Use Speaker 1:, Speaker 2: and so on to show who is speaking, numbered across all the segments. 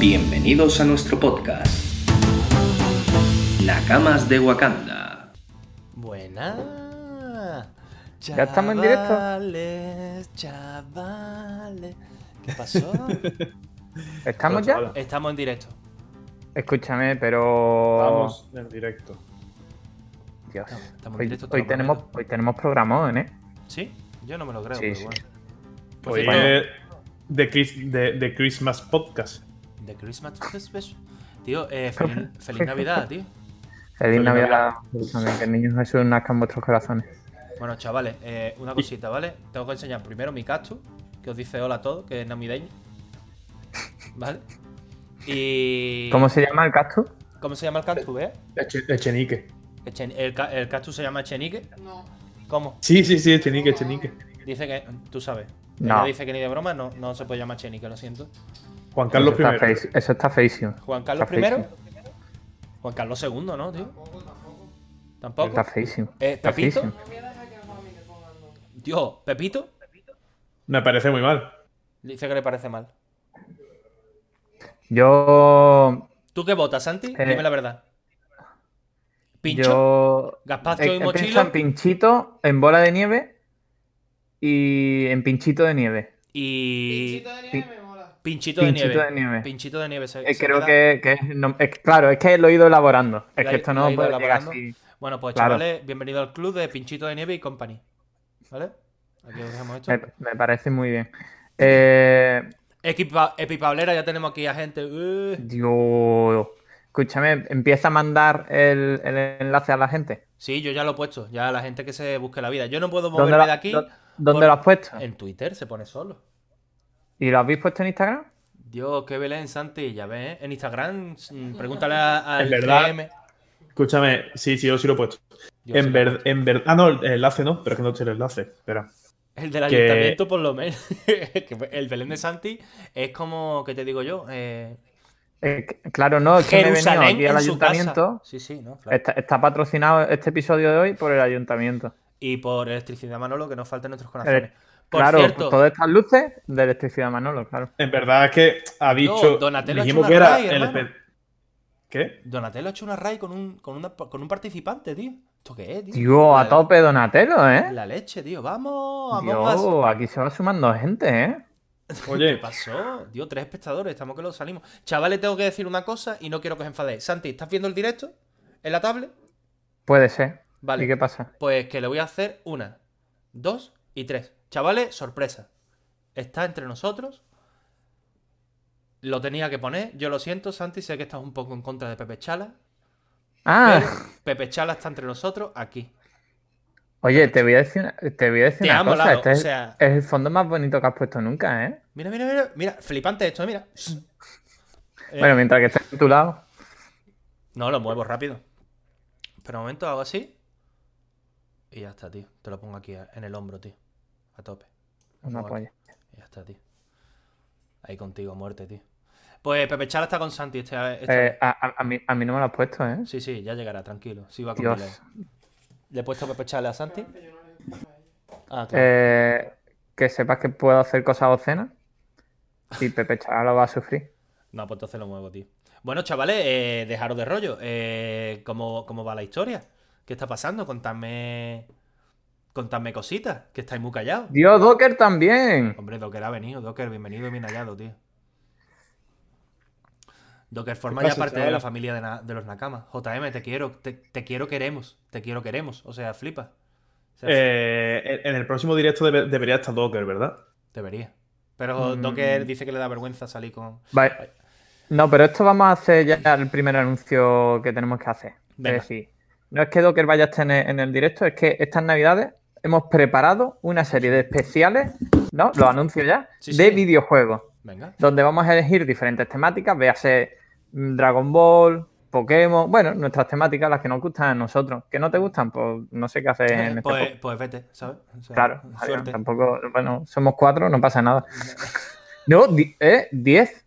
Speaker 1: Bienvenidos a nuestro podcast. Nakamas de Wakanda.
Speaker 2: Buena.
Speaker 3: Ya estamos en directo.
Speaker 2: Chavales, chavales. ¿Qué pasó?
Speaker 3: ¿Estamos
Speaker 4: Pero,
Speaker 3: ya?
Speaker 4: chavala,
Speaker 2: Estamos en directo.
Speaker 3: Escúchame, pero.
Speaker 4: Vamos en directo.
Speaker 3: Dios.
Speaker 2: Estamos en
Speaker 3: Hoy,
Speaker 2: directo, estamos
Speaker 3: hoy
Speaker 2: en
Speaker 3: tenemos, hoy tenemos programón, ¿eh?
Speaker 2: ¿Sí? Yo no me lo creo,
Speaker 3: Sí,
Speaker 2: pero
Speaker 3: sí.
Speaker 2: bueno. Por
Speaker 4: Hoy
Speaker 2: cierto,
Speaker 4: es The, Chris- The- The Christmas Podcast.
Speaker 2: The Christmas Special. Tío, eh, feliz, feliz Navidad, tío.
Speaker 3: Feliz
Speaker 4: Feliz
Speaker 3: Navidad. Escúchame, Que el niño Jesús nazca en vuestros corazones.
Speaker 2: Bueno, chavales, eh, una cosita, ¿vale? Tengo que enseñar primero mi cactus, que os dice hola a todos, que es navideño. ¿Vale? Y.
Speaker 3: ¿Cómo se llama el cactus?
Speaker 2: ¿Cómo se llama el cactus, eh?
Speaker 4: Eche- Echenique.
Speaker 2: Echen- El, ca- el cactus se llama Chenique. No. ¿Cómo?
Speaker 4: Sí, sí, sí, Echenique, Echenique.
Speaker 2: Dice que. Tú sabes.
Speaker 3: No.
Speaker 2: Ella dice que ni de broma, no, no se puede llamar Chenique, lo siento.
Speaker 4: Juan Carlos
Speaker 3: eso, está
Speaker 4: I.
Speaker 3: feísimo. eso está feísimo.
Speaker 2: Juan Carlos
Speaker 3: Está
Speaker 2: I.
Speaker 3: feísimo.
Speaker 2: Juan Carlos II, ¿no, tío? Tampoco, tampoco.
Speaker 3: Está feísimo.
Speaker 2: Eh,
Speaker 3: Está
Speaker 2: Pepito.
Speaker 3: feísimo.
Speaker 2: Dios, Pepito
Speaker 4: Me parece muy mal.
Speaker 2: dice que le parece mal.
Speaker 3: Yo.
Speaker 2: ¿Tú qué votas, Santi?
Speaker 3: Eh,
Speaker 2: Dime la verdad. Pincho,
Speaker 3: Yo.
Speaker 2: gazpacho
Speaker 3: He,
Speaker 2: y
Speaker 3: he
Speaker 2: mochila
Speaker 3: pensado en pinchito, en bola de nieve y en pinchito de nieve.
Speaker 2: y.
Speaker 5: Pinchito de nieve me mola.
Speaker 2: Pinchito de
Speaker 3: Pinchito
Speaker 2: nieve.
Speaker 3: de nieve.
Speaker 2: Pinchito de nieve. se-
Speaker 3: Eh,
Speaker 2: se
Speaker 3: creo
Speaker 2: queda-
Speaker 3: que, que es, no- es- Claro, es que lo he ido elaborando. Es
Speaker 2: Lo
Speaker 3: que
Speaker 2: he-
Speaker 3: esto
Speaker 2: lo
Speaker 3: no
Speaker 2: he ido
Speaker 3: puede llegar
Speaker 2: elaborando.
Speaker 3: así.
Speaker 2: Bueno, pues
Speaker 3: Claro.
Speaker 2: chavales, bienvenido al club de Pinchito de Nieve y Company. ¿Vale? Aquí os dejamos esto.
Speaker 3: Me, me parece muy bien. Eh.
Speaker 2: Equipa- Epipablera, ya tenemos aquí a gente. Uh,
Speaker 3: Dios. Escúchame, empieza a mandar el, el enlace a la gente.
Speaker 2: Sí, yo ya lo he puesto. Ya la gente que se busque la vida. Yo no puedo
Speaker 3: ¿Dónde,
Speaker 2: moverme
Speaker 3: lo-
Speaker 2: de aquí.
Speaker 3: dó- dónde
Speaker 2: por-
Speaker 3: lo has puesto?
Speaker 2: En Twitter se pone solo.
Speaker 3: ¿Y lo habéis puesto en Instagram?
Speaker 2: Dios, qué Belén, Santi, ya ves. ¿eh? En Instagram, mm, pregúntale a- al
Speaker 4: En verdad,
Speaker 2: DM.
Speaker 4: Escúchame, sí, sí, yo sí lo he puesto.
Speaker 2: Dios,
Speaker 4: en
Speaker 2: sí,
Speaker 4: verdad. En ver- Ah, no, el enlace no, pero es que no he hecho el enlace. Espera.
Speaker 2: El del
Speaker 4: que-
Speaker 2: ayuntamiento, por lo menos. Que el Belén de Santi es como, ¿qué te digo yo? Eh,
Speaker 3: Eh, c- claro, no, es que me he venido
Speaker 2: Jerusalén
Speaker 3: aquí al
Speaker 2: en su casa.
Speaker 3: ayuntamiento.
Speaker 2: Sí, sí, ¿no? Claro.
Speaker 3: Está, está patrocinado este episodio de hoy por el ayuntamiento.
Speaker 2: Y por electricidad Manolo, que nos falta en nuestros corazones.
Speaker 3: Eh,
Speaker 2: por
Speaker 3: claro,
Speaker 2: cierto,
Speaker 3: todas estas luces de electricidad Manolo, claro.
Speaker 4: En verdad es que ha dicho.
Speaker 2: Donatello ha
Speaker 4: dijimos
Speaker 2: hecho
Speaker 4: que
Speaker 2: una
Speaker 4: era
Speaker 2: raid,
Speaker 4: el.
Speaker 2: hermano.
Speaker 4: pe- ¿Qué?
Speaker 2: Donatello ha hecho una raid con un, con, una- con un participante, tío. ¿Esto qué es, tío?
Speaker 3: Dios, a
Speaker 2: La-
Speaker 3: tope Donatello, ¿eh?
Speaker 2: La leche, tío. Vamos, vamos.
Speaker 3: Dios, aquí se va sumando gente, ¿eh?
Speaker 2: ¿Qué
Speaker 4: Oye,
Speaker 2: pasó? Dios, tres espectadores, estamos que los salimos. Chavales, tengo que decir una cosa y no quiero que os enfadéis. Santi, ¿estás viendo el directo? ¿En la tablet?
Speaker 3: Puede ser. ¿Y qué
Speaker 2: Vale.
Speaker 3: pasa?
Speaker 2: Pues que le voy a hacer una, dos y tres. Chavales, sorpresa. Está entre nosotros. Lo tenía que poner. Yo lo siento, Santi. Sé que estás un poco en contra de Pepe Chala.
Speaker 3: Ah,
Speaker 2: pero Pepe Chala está entre nosotros aquí.
Speaker 3: oye, te voy a decir una, te voy a decir
Speaker 2: Te
Speaker 3: una
Speaker 2: ha
Speaker 3: cosa.
Speaker 2: molado.
Speaker 3: este
Speaker 2: O
Speaker 3: es-
Speaker 2: sea,
Speaker 3: Es el fondo más bonito que has puesto nunca, ¿eh?
Speaker 2: mira, mira, mira. Mira, flipante esto, mira. Eh,
Speaker 3: Bueno, mientras que estés a tu lado.
Speaker 2: No, lo muevo rápido. Pero un momento hago así. Y ya está, tío. Te lo pongo aquí a- en el hombro, tío. A tope.
Speaker 3: Una
Speaker 2: Joder.
Speaker 3: polla.
Speaker 2: Y ya está, tío. Ahí contigo, muerte, tío. Pues Pepe Chala está Pues con Santi. Este, este-
Speaker 3: Eh, a, a- a mí, a mí no me lo has puesto, ¿eh?
Speaker 2: Sí, sí, ya llegará, tranquilo. Sí, va con
Speaker 3: Dios.
Speaker 2: delay. Le he puesto Pepe Chala a Santi. Ah, claro.
Speaker 3: Eh, que sepas que puedo hacer cosas obscenas. Y Pepe Chala lo va a sufrir.
Speaker 2: No, pues entonces lo muevo, tío. Bueno, chavales, eh, dejaros de rollo. Eh, ¿cómo, cómo va la historia? ¿Qué está pasando? Contadme. Contadme cositas, que estáis muy callados.
Speaker 3: Dios, Docker también.
Speaker 2: Hombre, Docker ha venido, Docker, bienvenido y bien hallado, tío. Docker forma
Speaker 4: ¿Qué
Speaker 2: ya
Speaker 4: pasa,
Speaker 2: parte de
Speaker 4: chaval?
Speaker 2: la familia de, na- de los Nakamas. JM, te quiero, te, te quiero queremos, te quiero queremos. O sea, flipa. O sea,
Speaker 4: eh, en en el próximo directo debe- debería estar Docker, ¿verdad?
Speaker 2: Debería. Pero
Speaker 3: Mm.
Speaker 2: Docker dice que le da vergüenza salir con.
Speaker 3: Vale. No, pero esto vamos a hacer ya el primer anuncio que tenemos que hacer.
Speaker 2: Venga.
Speaker 3: Es decir, no es que Docker vaya a estar en el, en el directo, es que estas navidades hemos preparado una serie de especiales, ¿no? Los anuncio ya,
Speaker 2: Sí,
Speaker 3: de
Speaker 2: sí.
Speaker 3: videojuegos.
Speaker 2: Venga.
Speaker 3: donde vamos a elegir diferentes temáticas, véase mm, Dragon Ball, Pokémon, bueno, nuestras temáticas, las que nos gustan a nosotros. Que no te gustan, pues no sé qué hacer en este
Speaker 2: Pues,
Speaker 3: podcast.
Speaker 2: pues vete, ¿sabes? O sea,
Speaker 3: Claro,
Speaker 2: suerte.
Speaker 3: adiós, tampoco, bueno, somos cuatro, no pasa nada. No, di- eh, diez,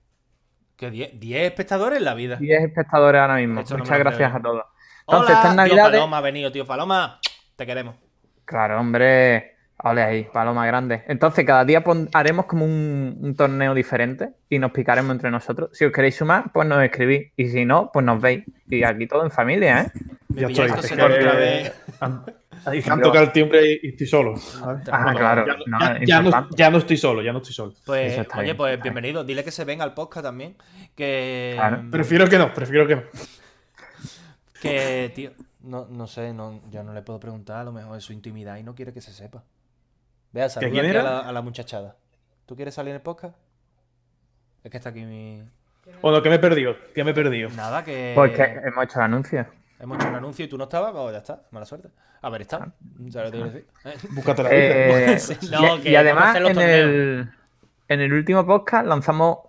Speaker 2: Que 10 espectadores en la vida.
Speaker 3: diez espectadores ahora mismo.
Speaker 2: Esto no me
Speaker 3: Muchas
Speaker 2: lo creo
Speaker 3: gracias
Speaker 2: yo.
Speaker 3: a todos.
Speaker 2: Hola,
Speaker 3: Entonces, estas
Speaker 2: tío
Speaker 3: navidades-
Speaker 2: Paloma ha venido, tío Paloma. Te queremos.
Speaker 3: Claro, hombre, Ole ahí, paloma grande. Entonces, cada día pon- haremos como un, un torneo diferente y nos picaremos entre nosotros. Si os queréis sumar, pues nos escribís. Y si no, pues nos veis. Y aquí todo en familia, ¿eh?
Speaker 2: Me
Speaker 4: Ya
Speaker 2: pilláis
Speaker 4: estoy,
Speaker 2: tosiendo
Speaker 4: es que-
Speaker 2: otra vez.
Speaker 4: Han, han tocado el timbre y, y estoy solo. ¿sabes?
Speaker 3: Ah, claro.
Speaker 4: Ya,
Speaker 3: No,
Speaker 4: ya-
Speaker 3: es
Speaker 4: ya no,
Speaker 3: importante.
Speaker 4: ya no estoy solo, ya no estoy solo.
Speaker 2: Pues,
Speaker 3: Eso está
Speaker 2: oye,
Speaker 3: bien,
Speaker 2: pues
Speaker 3: está bien.
Speaker 2: bienvenido. Dile que se venga al podcast también. Que. mm,
Speaker 3: Claro.
Speaker 4: Prefiero que no, prefiero que no.
Speaker 2: Que, tío. No, no sé, no, yo no le puedo preguntar a lo mejor es su intimidad y no quiere que se sepa. Vea, saluda
Speaker 4: quién
Speaker 2: aquí a
Speaker 4: era?
Speaker 2: la, a la muchachada. ¿Tú quieres salir en el podcast? Es que está aquí mi.
Speaker 4: O no, que me he perdido, que me he perdido.
Speaker 2: Nada, que.
Speaker 3: Porque hemos hecho el anuncio.
Speaker 2: Hemos hecho un anuncio y tú no estabas, pues ya está, mala suerte. A ver,
Speaker 3: Ah.
Speaker 2: está. ¿Sabes lo que te quiero decir?
Speaker 4: Búscate la vida.
Speaker 3: Eh,
Speaker 2: Sí,
Speaker 3: y-
Speaker 2: no, que vamos
Speaker 3: y,
Speaker 2: a
Speaker 3: además,
Speaker 2: hacer los
Speaker 3: en
Speaker 2: torneos.
Speaker 3: el, en el último podcast lanzamos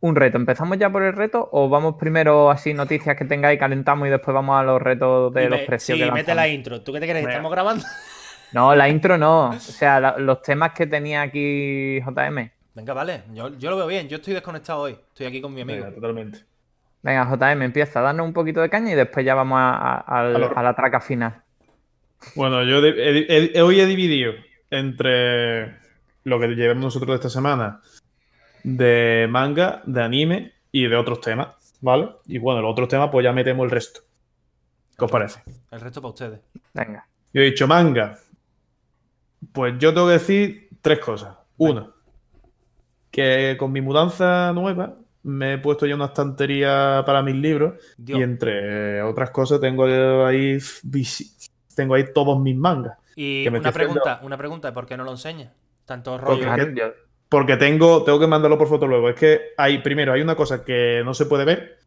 Speaker 3: un reto. ¿Empezamos ya por el reto o vamos primero así noticias que tengáis, calentamos y después vamos a los retos de
Speaker 2: Y
Speaker 3: los
Speaker 2: me-
Speaker 3: precios
Speaker 2: Sí,
Speaker 3: que
Speaker 2: mete la
Speaker 3: lanzamos?
Speaker 2: intro. ¿Tú qué te crees?
Speaker 4: Venga.
Speaker 2: ¿Estamos grabando?
Speaker 3: No, la intro no. O sea, la- los temas que tenía aquí JM.
Speaker 2: Venga, vale. Yo, yo lo veo bien. Yo estoy desconectado hoy. Estoy aquí con mi amigo.
Speaker 4: Venga, totalmente.
Speaker 3: Venga, JM, empieza a darnos un poquito de caña y después ya vamos a, a- al-
Speaker 4: A los-
Speaker 3: a la traca final.
Speaker 4: Bueno, yo de- he- he- hoy he dividido entre lo que llevemos nosotros de esta semana de manga, de anime y de otros temas, ¿vale? Y bueno, los otros temas pues ya metemos el resto. ¿Qué os parece?
Speaker 2: El resto para ustedes.
Speaker 3: Venga.
Speaker 4: Yo he dicho manga. Pues yo tengo que decir tres cosas. Una, que con mi mudanza nueva me he puesto ya una estantería para mis libros
Speaker 2: Dios.
Speaker 4: y entre otras cosas tengo ahí visi- tengo ahí todos mis mangas.
Speaker 2: Y
Speaker 4: que me
Speaker 2: una
Speaker 4: estoy haciendo- pues
Speaker 2: pregunta, una pregunta, ¿por qué no lo enseña? Tanto
Speaker 4: Porque-
Speaker 2: rollo.
Speaker 3: Claro, yo-
Speaker 4: Porque tengo, tengo que mandarlo por foto luego. Es que hay, primero, hay una cosa que no se puede ver.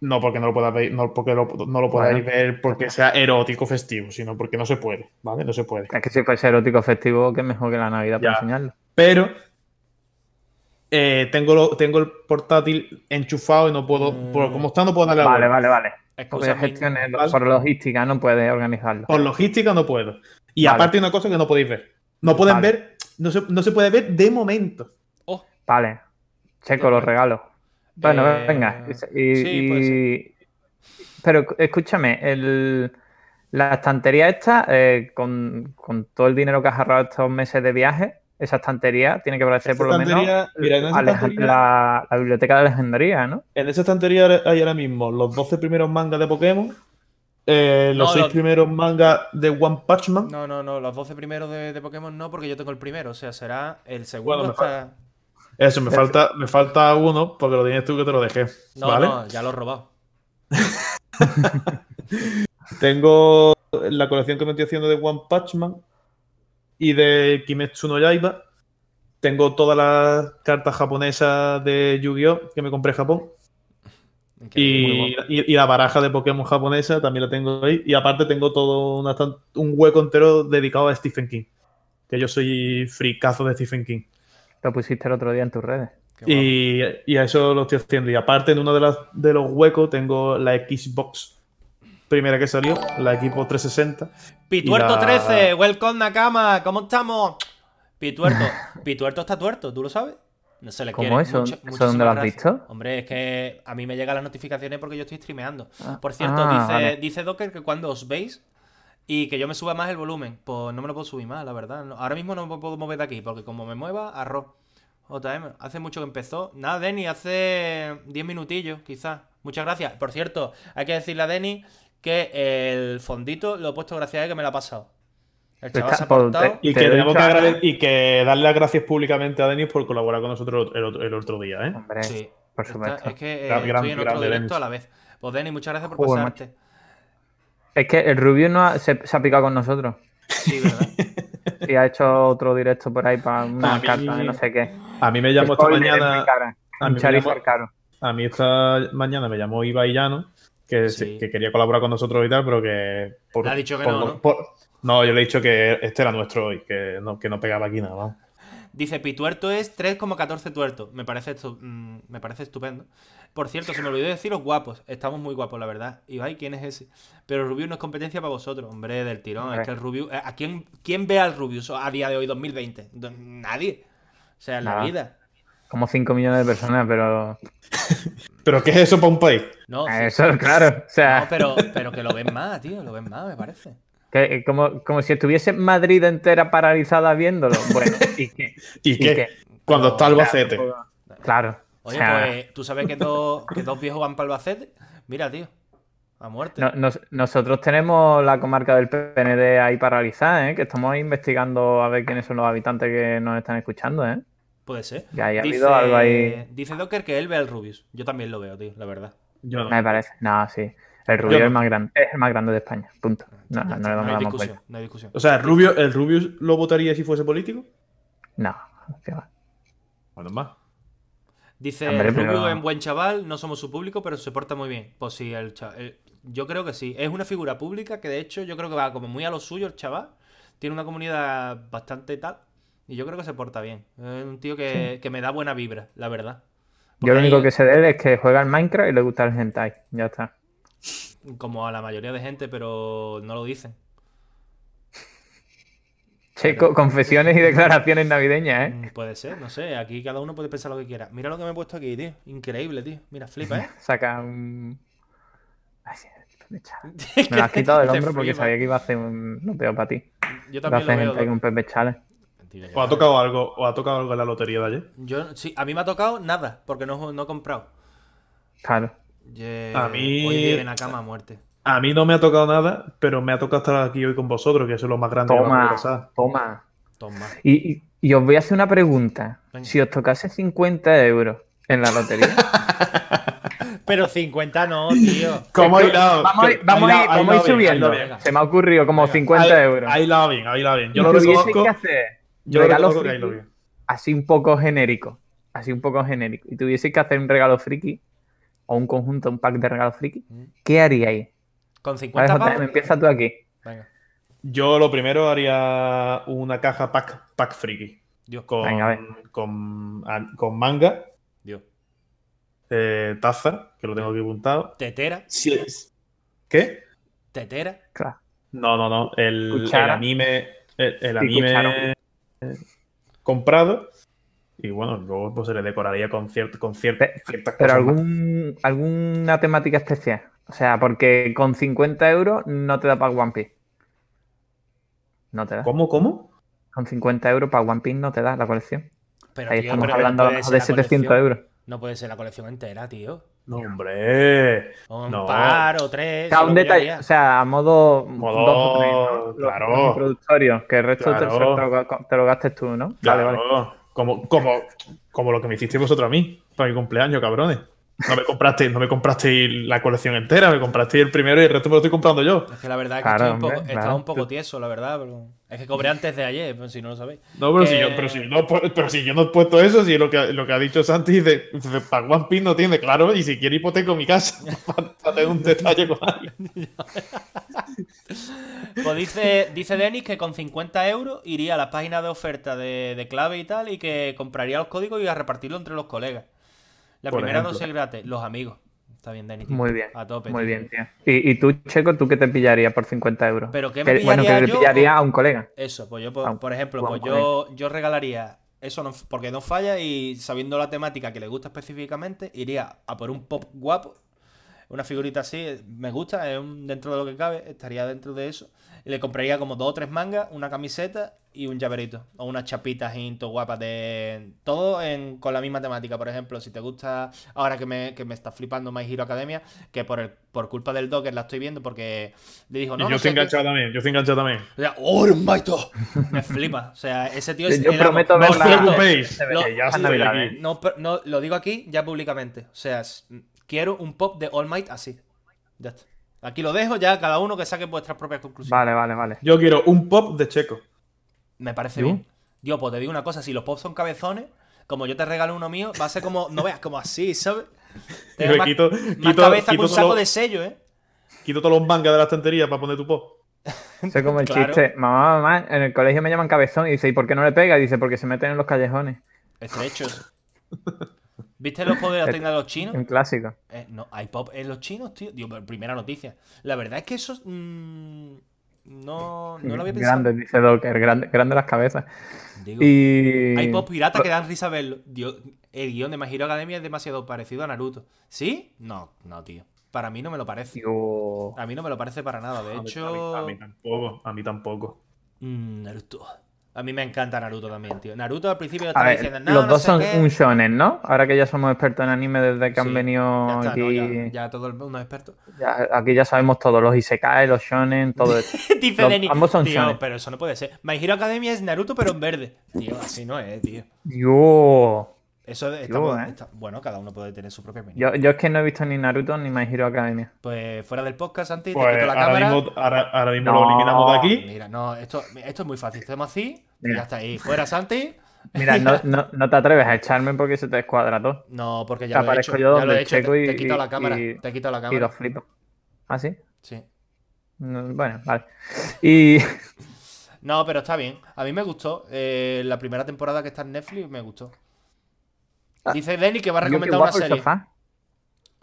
Speaker 4: No porque no lo podáis ver, no porque lo- no lo podáis
Speaker 3: Bueno.
Speaker 4: ver porque sea erótico festivo, sino porque no se puede, ¿vale? No se puede.
Speaker 3: Es que si fuese erótico festivo, que mejor que la Navidad para
Speaker 4: Ya.
Speaker 3: enseñarlo.
Speaker 4: Pero eh, tengo, lo- tengo el portátil enchufado y no puedo.
Speaker 2: Mm.
Speaker 4: Por como está, no puedo darle a la
Speaker 3: Vale, vale,
Speaker 4: vuelta.
Speaker 3: vale. Porque
Speaker 2: Excusa, mi-
Speaker 3: gestiones,
Speaker 4: vale.
Speaker 3: por logística no puedes organizarlo.
Speaker 4: Por logística no puedo. Y
Speaker 3: Vale.
Speaker 4: aparte hay una cosa que no podéis ver. No pueden
Speaker 3: Vale.
Speaker 4: ver, no se, no se puede ver de momento.
Speaker 2: Oh,
Speaker 3: Vale. Checo los regalos. Bueno,
Speaker 2: Eh,
Speaker 3: venga. Y-
Speaker 2: sí, puede
Speaker 3: y- Pero escúchame, el- la estantería esta, eh, con, con todo el dinero que has ahorrado estos meses de viaje, esa estantería tiene que parecer
Speaker 4: Esta
Speaker 3: por lo menos
Speaker 4: estantería- mira, en esa
Speaker 3: Aleja-
Speaker 4: estantería-
Speaker 3: la, la biblioteca de legendaría, ¿no?
Speaker 4: En esa estantería ahora- hay ahora mismo los 12 primeros mangas de Pokémon, eh, los
Speaker 2: No,
Speaker 4: 6
Speaker 2: los-
Speaker 4: primeros mangas de One Punch Man.
Speaker 2: no, no, no, los 12 primeros de, de Pokémon no, porque yo tengo el primero, o sea, será el segundo
Speaker 4: Bueno, me
Speaker 2: hasta...
Speaker 4: Eso, me falta, me falta uno porque lo tienes tú que te lo dejé.
Speaker 2: No,
Speaker 4: ¿vale?
Speaker 2: no, ya lo he robado.
Speaker 4: Tengo la colección que me estoy haciendo de One Punch Man y de Kimetsu no Yaiba. Tengo todas las cartas japonesas de Yu-Gi-Oh! que me compré en Japón.
Speaker 2: Muy
Speaker 4: Y,
Speaker 2: guapo.
Speaker 4: y- y la baraja de Pokémon japonesa también la tengo ahí. Y aparte tengo todo una estan- un hueco entero dedicado a Stephen King. Que yo soy fricazo de Stephen King.
Speaker 3: Lo pusiste el otro día en tus redes.
Speaker 2: Qué guapo.
Speaker 4: Y, y a eso lo estoy haciendo. Y aparte, en uno de, las, de los huecos tengo la Xbox primera que salió, la Xbox 360.
Speaker 2: Pituerto
Speaker 4: la-
Speaker 2: 13, welcome Nakama, ¿cómo estamos? Pituerto, Pituerto está tuerto, ¿tú lo sabes? No se le
Speaker 3: ¿Cómo
Speaker 2: quiere.
Speaker 3: eso?
Speaker 2: Mucha-
Speaker 3: ¿Eso
Speaker 2: muchísimas
Speaker 3: dónde lo has
Speaker 2: gracias.
Speaker 3: visto?
Speaker 2: Hombre, es que a mí me llegan las notificaciones porque yo estoy streameando.
Speaker 3: Ah,
Speaker 2: Por cierto,
Speaker 3: ah,
Speaker 2: dice,
Speaker 3: vale.
Speaker 2: dice Docker que cuando os veis y que yo me suba más el volumen, pues no me lo puedo subir más, la verdad. No- ahora mismo no me puedo mover de aquí porque como me mueva, arroz. JM, hace mucho que empezó. Nada, Denny, hace 10 minutillos, quizás. Muchas gracias. Por cierto, hay que decirle a Denny que el fondito lo he puesto gracias a él que me lo ha pasado. El chaval
Speaker 3: Está-
Speaker 2: se ha
Speaker 3: pues,
Speaker 2: portado.
Speaker 4: Y
Speaker 3: Te
Speaker 4: que,
Speaker 3: he
Speaker 4: tenemos que
Speaker 3: dicho-
Speaker 4: agrade- y que darle las gracias públicamente a Denis por colaborar con nosotros el otro, el otro día. ¿eh?
Speaker 3: Hombre,
Speaker 2: Sí.
Speaker 3: por
Speaker 2: Está-
Speaker 3: supuesto.
Speaker 2: es que eh,
Speaker 4: Gran-
Speaker 2: estoy en otro
Speaker 4: grande,
Speaker 2: directo
Speaker 4: Denny.
Speaker 2: a la vez. Pues Denny, muchas gracias por
Speaker 3: Joder,
Speaker 2: pasarte.
Speaker 3: Es que el Rubio no ha- se, se ha picado con nosotros.
Speaker 2: Sí, ¿verdad?
Speaker 3: Y ha hecho otro directo por ahí para
Speaker 4: A
Speaker 3: una
Speaker 4: mí-
Speaker 3: carta de no sé qué.
Speaker 4: A mí me llamó esta
Speaker 3: Spoiler en mi
Speaker 4: mañana.
Speaker 3: cara.
Speaker 4: a
Speaker 3: Un
Speaker 4: mí me
Speaker 3: Charizard
Speaker 4: llamó-
Speaker 3: caro.
Speaker 4: A mí esta mañana me llamó Ibai Llano, que, se-
Speaker 2: Sí.
Speaker 4: que quería colaborar con nosotros y tal, pero que... Por,
Speaker 2: Le ha dicho que
Speaker 4: por-
Speaker 2: no, ¿no?
Speaker 4: por- no, yo le he dicho que este era nuestro hoy, que no, que no pegaba aquí nada. vamos.
Speaker 2: Dice, pituerto es 3,14 tuerto. Me parece, estu- mm, me parece estupendo. Por cierto, se me olvidó deciros guapos. Estamos muy guapos, la verdad. Ibai, ¿quién es ese? Pero Rubius no es competencia para vosotros. Hombre, del tirón.
Speaker 3: Hombre.
Speaker 2: Es que el Rubius... eh, ¿A quién, quién ve al Rubius a día de hoy, 2020? Do- Nadie. O sea, en la
Speaker 3: Nada.
Speaker 2: vida.
Speaker 3: Como 5 millones de personas, pero. eh,
Speaker 4: ¿Pero qué es eso para un país?
Speaker 2: No, sí.
Speaker 3: Eso, claro. O sea,
Speaker 2: No, pero, pero que lo ven más, tío. Lo ven más, me parece.
Speaker 3: Que, eh, como, como si estuviese Madrid entera paralizada viéndolo. Bueno, ¿y qué?
Speaker 4: ¿Y qué?
Speaker 3: qué?
Speaker 4: Cuando está
Speaker 3: O sea,
Speaker 4: Albacete.
Speaker 3: tampoco- Claro. o
Speaker 2: Oye,
Speaker 3: sea,
Speaker 2: pues, ¿tú sabes que, dos- que dos viejos van para Albacete? Mira, tío, a muerte.
Speaker 3: no- nos- nosotros tenemos la comarca del PND ahí paralizada, ¿eh? que estamos investigando a ver quiénes son los habitantes que nos están escuchando. ¿eh?
Speaker 2: Puede ser.
Speaker 3: Ya, ya ha habido algo ahí.
Speaker 2: dice Docker que él ve al Rubius. Yo también lo veo, tío, la verdad.
Speaker 4: Yo no.
Speaker 3: Me parece. No, sí. El Rubio
Speaker 4: no.
Speaker 3: es, el más grande, es el más grande de España. Punto. No, no, le
Speaker 2: No
Speaker 3: vamos a
Speaker 2: hay
Speaker 3: dar más
Speaker 2: discusión,
Speaker 3: vueltas.
Speaker 2: no hay discusión.
Speaker 4: O sea, Rubio, ¿el Rubius lo votaría si fuese político?
Speaker 3: No. qué va.
Speaker 4: Bueno, más.
Speaker 2: Dice
Speaker 3: Hombre,
Speaker 2: Rubio
Speaker 3: pero-
Speaker 2: es un buen chaval, no somos su público, pero se porta muy bien. Pues sí, el cha- el- yo creo que sí. Es una figura pública que de hecho yo creo que va como muy a lo suyo el chaval. Tiene una comunidad bastante tal. Y yo creo que se porta bien. Es un tío que, que me da buena vibra, la verdad. Porque
Speaker 3: Yo lo
Speaker 2: hay-
Speaker 3: único que sé de él es que juega al Minecraft y le gusta el hentai. Ya está.
Speaker 2: Como a la mayoría de gente, pero no lo dicen.
Speaker 3: Checo, confesiones y declaraciones navideñas, ¿eh?
Speaker 2: Mm, Puede ser, no sé. Aquí cada uno puede pensar lo que quiera. Mira lo que me he puesto aquí, tío. Increíble, tío. Mira, flipa, ¿eh?
Speaker 3: Saca un... Ay, sí, me echa. Me lo has quitado del
Speaker 2: Te
Speaker 3: hombro porque
Speaker 2: flipa.
Speaker 3: sabía que iba a hacer un no peor para ti.
Speaker 2: Yo
Speaker 3: Va a
Speaker 2: también
Speaker 3: hacer
Speaker 2: lo
Speaker 3: hentai
Speaker 2: veo.
Speaker 3: con Pepe Chale.
Speaker 2: Mentira, ya
Speaker 4: ¿O ha
Speaker 2: está.
Speaker 4: tocado algo, o ha tocado algo en la lotería de ayer?
Speaker 2: Yo, sí, a mí me ha tocado nada, porque no, no he comprado.
Speaker 3: Claro.
Speaker 2: Ye-
Speaker 4: A mí-
Speaker 2: Hoy viven a cama a muerte.
Speaker 4: A mí no me ha tocado nada, pero me ha tocado estar aquí hoy con vosotros, que eso es lo más grande que va a
Speaker 3: Toma,
Speaker 4: pasar.
Speaker 3: toma.
Speaker 2: Toma.
Speaker 3: Y, y- y os voy a hacer una pregunta.
Speaker 2: Venga.
Speaker 3: Si os tocase 50 euros en la lotería...
Speaker 2: Pero 50 no, tío.
Speaker 4: ¿Cómo
Speaker 3: Es
Speaker 4: ha
Speaker 3: que
Speaker 4: hilado?
Speaker 3: Vamos a ir,
Speaker 4: Ha
Speaker 3: vamos a ir-
Speaker 4: hilado-
Speaker 3: vamos a
Speaker 4: ha
Speaker 3: ir
Speaker 4: hilado bien, ha
Speaker 3: subiendo.
Speaker 4: hilado bien.
Speaker 2: bien.
Speaker 3: Se me ha ocurrido como 50
Speaker 4: Ahí-
Speaker 3: euros.
Speaker 4: Ahí la va bien, ahí la va bien. Yo
Speaker 3: Y
Speaker 4: lo
Speaker 3: que hubiese
Speaker 4: reconozco.
Speaker 3: que hacer
Speaker 4: Yo lo
Speaker 3: regalo
Speaker 4: reconozco que ahí lo
Speaker 3: friki
Speaker 4: bien.
Speaker 3: así un poco genérico. Así un poco genérico. Y tuviese que hacer un regalo friki o un conjunto, un pack de regalos friki,
Speaker 2: Mm.
Speaker 3: ¿qué haríais?
Speaker 2: Pues Con
Speaker 3: A ver,
Speaker 2: 50
Speaker 3: JM,
Speaker 2: pavos.
Speaker 3: empieza tú aquí.
Speaker 2: Venga,
Speaker 4: Yo lo primero haría una caja pack, pack friki.
Speaker 2: Dios,
Speaker 4: Con,
Speaker 3: Venga, a ver.
Speaker 4: con, a- con manga,
Speaker 2: Dios.
Speaker 4: eh, taza, que lo tengo aquí apuntado.
Speaker 2: Tetera,
Speaker 4: ¿Qué?
Speaker 2: tetera.
Speaker 3: Claro.
Speaker 4: No, no, no. El, el
Speaker 3: Cuchara.
Speaker 4: anime. El, el
Speaker 3: Sí,
Speaker 4: anime
Speaker 3: cuchara.
Speaker 4: eh, comprado. Y bueno, luego pues, se le decoraría con, cier- con cier-
Speaker 3: Pe-
Speaker 2: Pues
Speaker 4: ciertas
Speaker 3: Pero
Speaker 4: cosas más.
Speaker 3: algún, alguna temática especial. O sea, porque con 50 euros no te da para One Piece. No te da.
Speaker 4: ¿Cómo, cómo?
Speaker 3: Con 50 euros para One Piece no te da la colección.
Speaker 2: Pero,
Speaker 3: Ahí
Speaker 2: tío,
Speaker 3: estamos
Speaker 2: pero
Speaker 3: hablando
Speaker 2: no
Speaker 3: a lo
Speaker 2: puede
Speaker 3: mejor
Speaker 2: ser
Speaker 3: de
Speaker 2: la
Speaker 3: 700
Speaker 2: colección-
Speaker 3: euros.
Speaker 2: No puede ser la colección entera, tío.
Speaker 4: No, hombre.
Speaker 2: O un
Speaker 4: No.
Speaker 2: par o tres.
Speaker 3: O sea,
Speaker 2: eso es
Speaker 3: un
Speaker 2: lo que yo
Speaker 3: detalle,
Speaker 2: haría.
Speaker 3: o sea, a modo,
Speaker 4: Modo,
Speaker 3: dos o tres, ¿no? Los-
Speaker 4: claro.
Speaker 3: los introductorios, que el resto te-
Speaker 4: Claro.
Speaker 3: te, lo, te lo gastes tú, ¿no?
Speaker 4: Claro, Como, como, como lo que me hicisteis vosotros a mí, para mi cumpleaños, cabrones. No me compraste, no me compraste la colección entera, me compraste el primero y el resto me lo estoy comprando yo.
Speaker 2: Es que la verdad es que
Speaker 3: Claro,
Speaker 2: estoy un poco,
Speaker 3: hombre,
Speaker 2: estaba
Speaker 3: claro.
Speaker 2: un poco tieso, la verdad. pero- Es que cobré antes de ayer, pues, si no lo sabéis.
Speaker 4: No, pero, si
Speaker 2: Eh.
Speaker 4: yo, pero, si, no, pues, pero si yo no he puesto eso, si lo que, lo que ha dicho Santi dice, dice, para One Piece no tiene, claro, y si quiere hipoteco mi casa, para, tener un detalle con alguien.
Speaker 2: Pues dice, dice Denis que con 50 euros iría a la página de oferta de, de clave y tal y que compraría los códigos y a repartirlo entre los colegas. La
Speaker 4: Por
Speaker 2: primera
Speaker 4: ejemplo.
Speaker 2: dosis gratis, los amigos. Está bien, Denis. tío.
Speaker 3: Muy bien,
Speaker 2: A tope. tío.
Speaker 3: muy bien, tío. Y, y tú, Checo, ¿tú qué te pillarías por 50 euros?
Speaker 2: ¿Pero qué me
Speaker 3: Que- bueno, que
Speaker 2: pillaría
Speaker 3: le
Speaker 2: yo?
Speaker 3: pillaría a un colega.
Speaker 2: Eso, pues yo, por,
Speaker 3: Vamos,
Speaker 2: por ejemplo,
Speaker 3: vamos
Speaker 2: pues
Speaker 3: con
Speaker 2: yo, yo regalaría. Eso no, porque no falla y sabiendo la temática que le gusta específicamente, iría a por un pop guapo. Una figurita así, eh, me gusta, es un- dentro de lo que cabe, estaría dentro de eso. Y le compraría como dos o tres mangas, una camiseta y un llaverito. O unas chapitas hinto guapas de. Todo en- con la misma temática, por ejemplo. Si te gusta, ahora que me, que me está flipando My Hero Academia, que por, el, por culpa del Docker la estoy viendo porque le dijo,
Speaker 4: Y
Speaker 2: no,
Speaker 4: yo
Speaker 2: no
Speaker 4: estoy
Speaker 2: sé qué".
Speaker 4: enganchado también, yo estoy enganchado también.
Speaker 2: O sea, ¡oh, hermanito! Me flipa. O sea, ese tío es
Speaker 3: Yo
Speaker 2: el amo.
Speaker 3: prometo
Speaker 4: No os
Speaker 3: verla.
Speaker 4: preocupéis,
Speaker 2: No,
Speaker 4: que ya
Speaker 3: las
Speaker 4: estoy
Speaker 3: navidades.
Speaker 4: aquí.
Speaker 2: No, pero- no, lo digo aquí ya públicamente. O sea, es- quiero un pop de All Might así. Ya está. Aquí lo dejo, ya cada uno que saque vuestras propias conclusiones.
Speaker 3: Vale, vale, vale.
Speaker 4: Yo quiero un pop de Checo.
Speaker 2: Me parece
Speaker 3: ¿Yo?
Speaker 2: bien. Yo, pues te digo una cosa, si los pops son cabezones, como yo te regalo uno mío, va a ser como, no veas, como así, ¿sabes?
Speaker 4: Y
Speaker 2: Tengo
Speaker 4: me
Speaker 2: más,
Speaker 4: quito,
Speaker 2: más
Speaker 4: quito-
Speaker 2: cabeza que
Speaker 4: quito
Speaker 2: un saco
Speaker 4: todos
Speaker 2: de
Speaker 4: los-
Speaker 2: sello, ¿eh?
Speaker 4: quito todos los mangas de la estantería para poner tu pop.
Speaker 3: Eso es como el
Speaker 2: Claro.
Speaker 3: chiste. Mamá, mamá, en el colegio me llaman cabezón y dice, ¿y por qué no le pega? Y dice, porque se meten en los callejones.
Speaker 2: Estrechos. ¿Viste los poderes de la tienda de los chinos?
Speaker 3: Un clásico.
Speaker 2: Eh, no, hay pop en los chinos, tío. Digo, pero primera noticia. La verdad es que eso. mm, no, no lo había pensado.
Speaker 3: Grande, dice Docker, grande, grande las cabezas.
Speaker 2: Digo,
Speaker 3: Y...
Speaker 2: Hay pop pirata que dan risa verlo. Dios, el guión de My Hero Academia es demasiado parecido a Naruto. ¿Sí? No, no, tío. Para mí no me lo parece.
Speaker 3: Yo-
Speaker 2: A mí no me lo parece para nada. De
Speaker 4: A mí-
Speaker 2: hecho.
Speaker 4: a mí- a mí tampoco, a mí tampoco.
Speaker 2: Mm, Naruto. A mí me encanta Naruto también, tío. Naruto al principio yo
Speaker 3: A
Speaker 2: estaba
Speaker 3: ver,
Speaker 2: diciendo, no,
Speaker 3: los
Speaker 2: no
Speaker 3: dos
Speaker 2: sé
Speaker 3: son
Speaker 2: qué".
Speaker 3: un shonen, ¿no? Ahora que ya somos expertos en anime desde que
Speaker 2: Sí,
Speaker 3: han venido
Speaker 2: Ya está, ¿no?
Speaker 3: aquí,
Speaker 2: Ya- ya todo el mundo es experto.
Speaker 3: ya- aquí ya sabemos todos los isekai, los shonen, todo esto.
Speaker 2: Dice
Speaker 3: Los-
Speaker 2: Denis,
Speaker 3: ambos son
Speaker 2: tío,
Speaker 3: shonen".
Speaker 2: pero eso no puede ser. My Hero Academia es Naruto, pero en verde. Tío, así no es, tío.
Speaker 3: Yo,
Speaker 2: Eso está,
Speaker 3: Yo,
Speaker 2: muy-
Speaker 3: eh.
Speaker 2: está- Bueno, cada uno puede tener su propia opinión.
Speaker 3: yo, yo es que no he visto ni Naruto ni My Hero Academia.
Speaker 2: Pues fuera del podcast, Santi, te
Speaker 4: Pues
Speaker 2: quito la
Speaker 4: ahora
Speaker 2: cámara.
Speaker 4: mismo, ahora, ahora mismo
Speaker 3: No.
Speaker 4: lo eliminamos de aquí.
Speaker 2: Mira, no, esto, esto es muy fácil. Hacemos así y
Speaker 3: Mira.
Speaker 2: ya está ahí. Fuera, Santi.
Speaker 3: Mira, no, no, no te atreves a echarme porque se te descuadra todo.
Speaker 2: No, porque
Speaker 3: Te
Speaker 2: ya lo he hecho.
Speaker 3: aparezco yo
Speaker 2: ya lo
Speaker 3: donde
Speaker 2: he hecho. Te,
Speaker 3: checo y-
Speaker 2: te he quitado la
Speaker 3: y-
Speaker 2: cámara.
Speaker 3: y-
Speaker 2: te he quitado la
Speaker 3: Y
Speaker 2: cámara.
Speaker 3: los flipo. ¿Ah, sí?
Speaker 2: Sí.
Speaker 3: No, Bueno, vale. Y
Speaker 2: No, pero está bien. A mí me gustó. Eh, la primera temporada que está en Netflix me gustó.
Speaker 3: Ah.
Speaker 2: Dice Denny que va a
Speaker 3: Yo, qué
Speaker 2: recomendar una
Speaker 3: guapo el
Speaker 2: serie.
Speaker 3: sofá.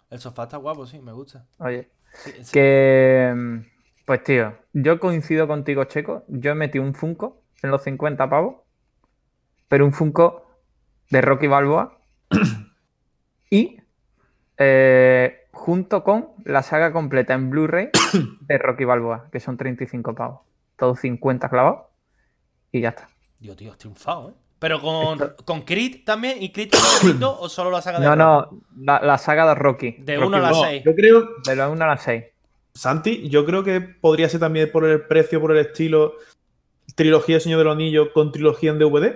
Speaker 2: El sofá está guapo, sí, me gusta.
Speaker 3: Oye,
Speaker 2: Sí, sí.
Speaker 3: que... mm, Pues tío, yo coincido contigo, Checo. Yo metí un Funko en los 50 pavos, pero un Funko de Rocky Balboa y eh, junto con la saga completa en Blu-ray de Rocky Balboa, que son 35 pavos. Todos 50 clavados y ya está.
Speaker 2: Dios, tío, has triunfado, ¿eh? Pero con, con Creed también. ¿Y Creed con el Cristo o solo la saga de
Speaker 3: No,
Speaker 2: Rocky?
Speaker 3: no, la, la saga de Rocky.
Speaker 2: De 1 a la
Speaker 4: No,
Speaker 2: 6.
Speaker 4: Yo creo,
Speaker 3: De la 1 a la 6.
Speaker 4: Santi, yo creo que podría ser también por el precio, por el estilo, trilogía Señor del Anillo con trilogía en DVD.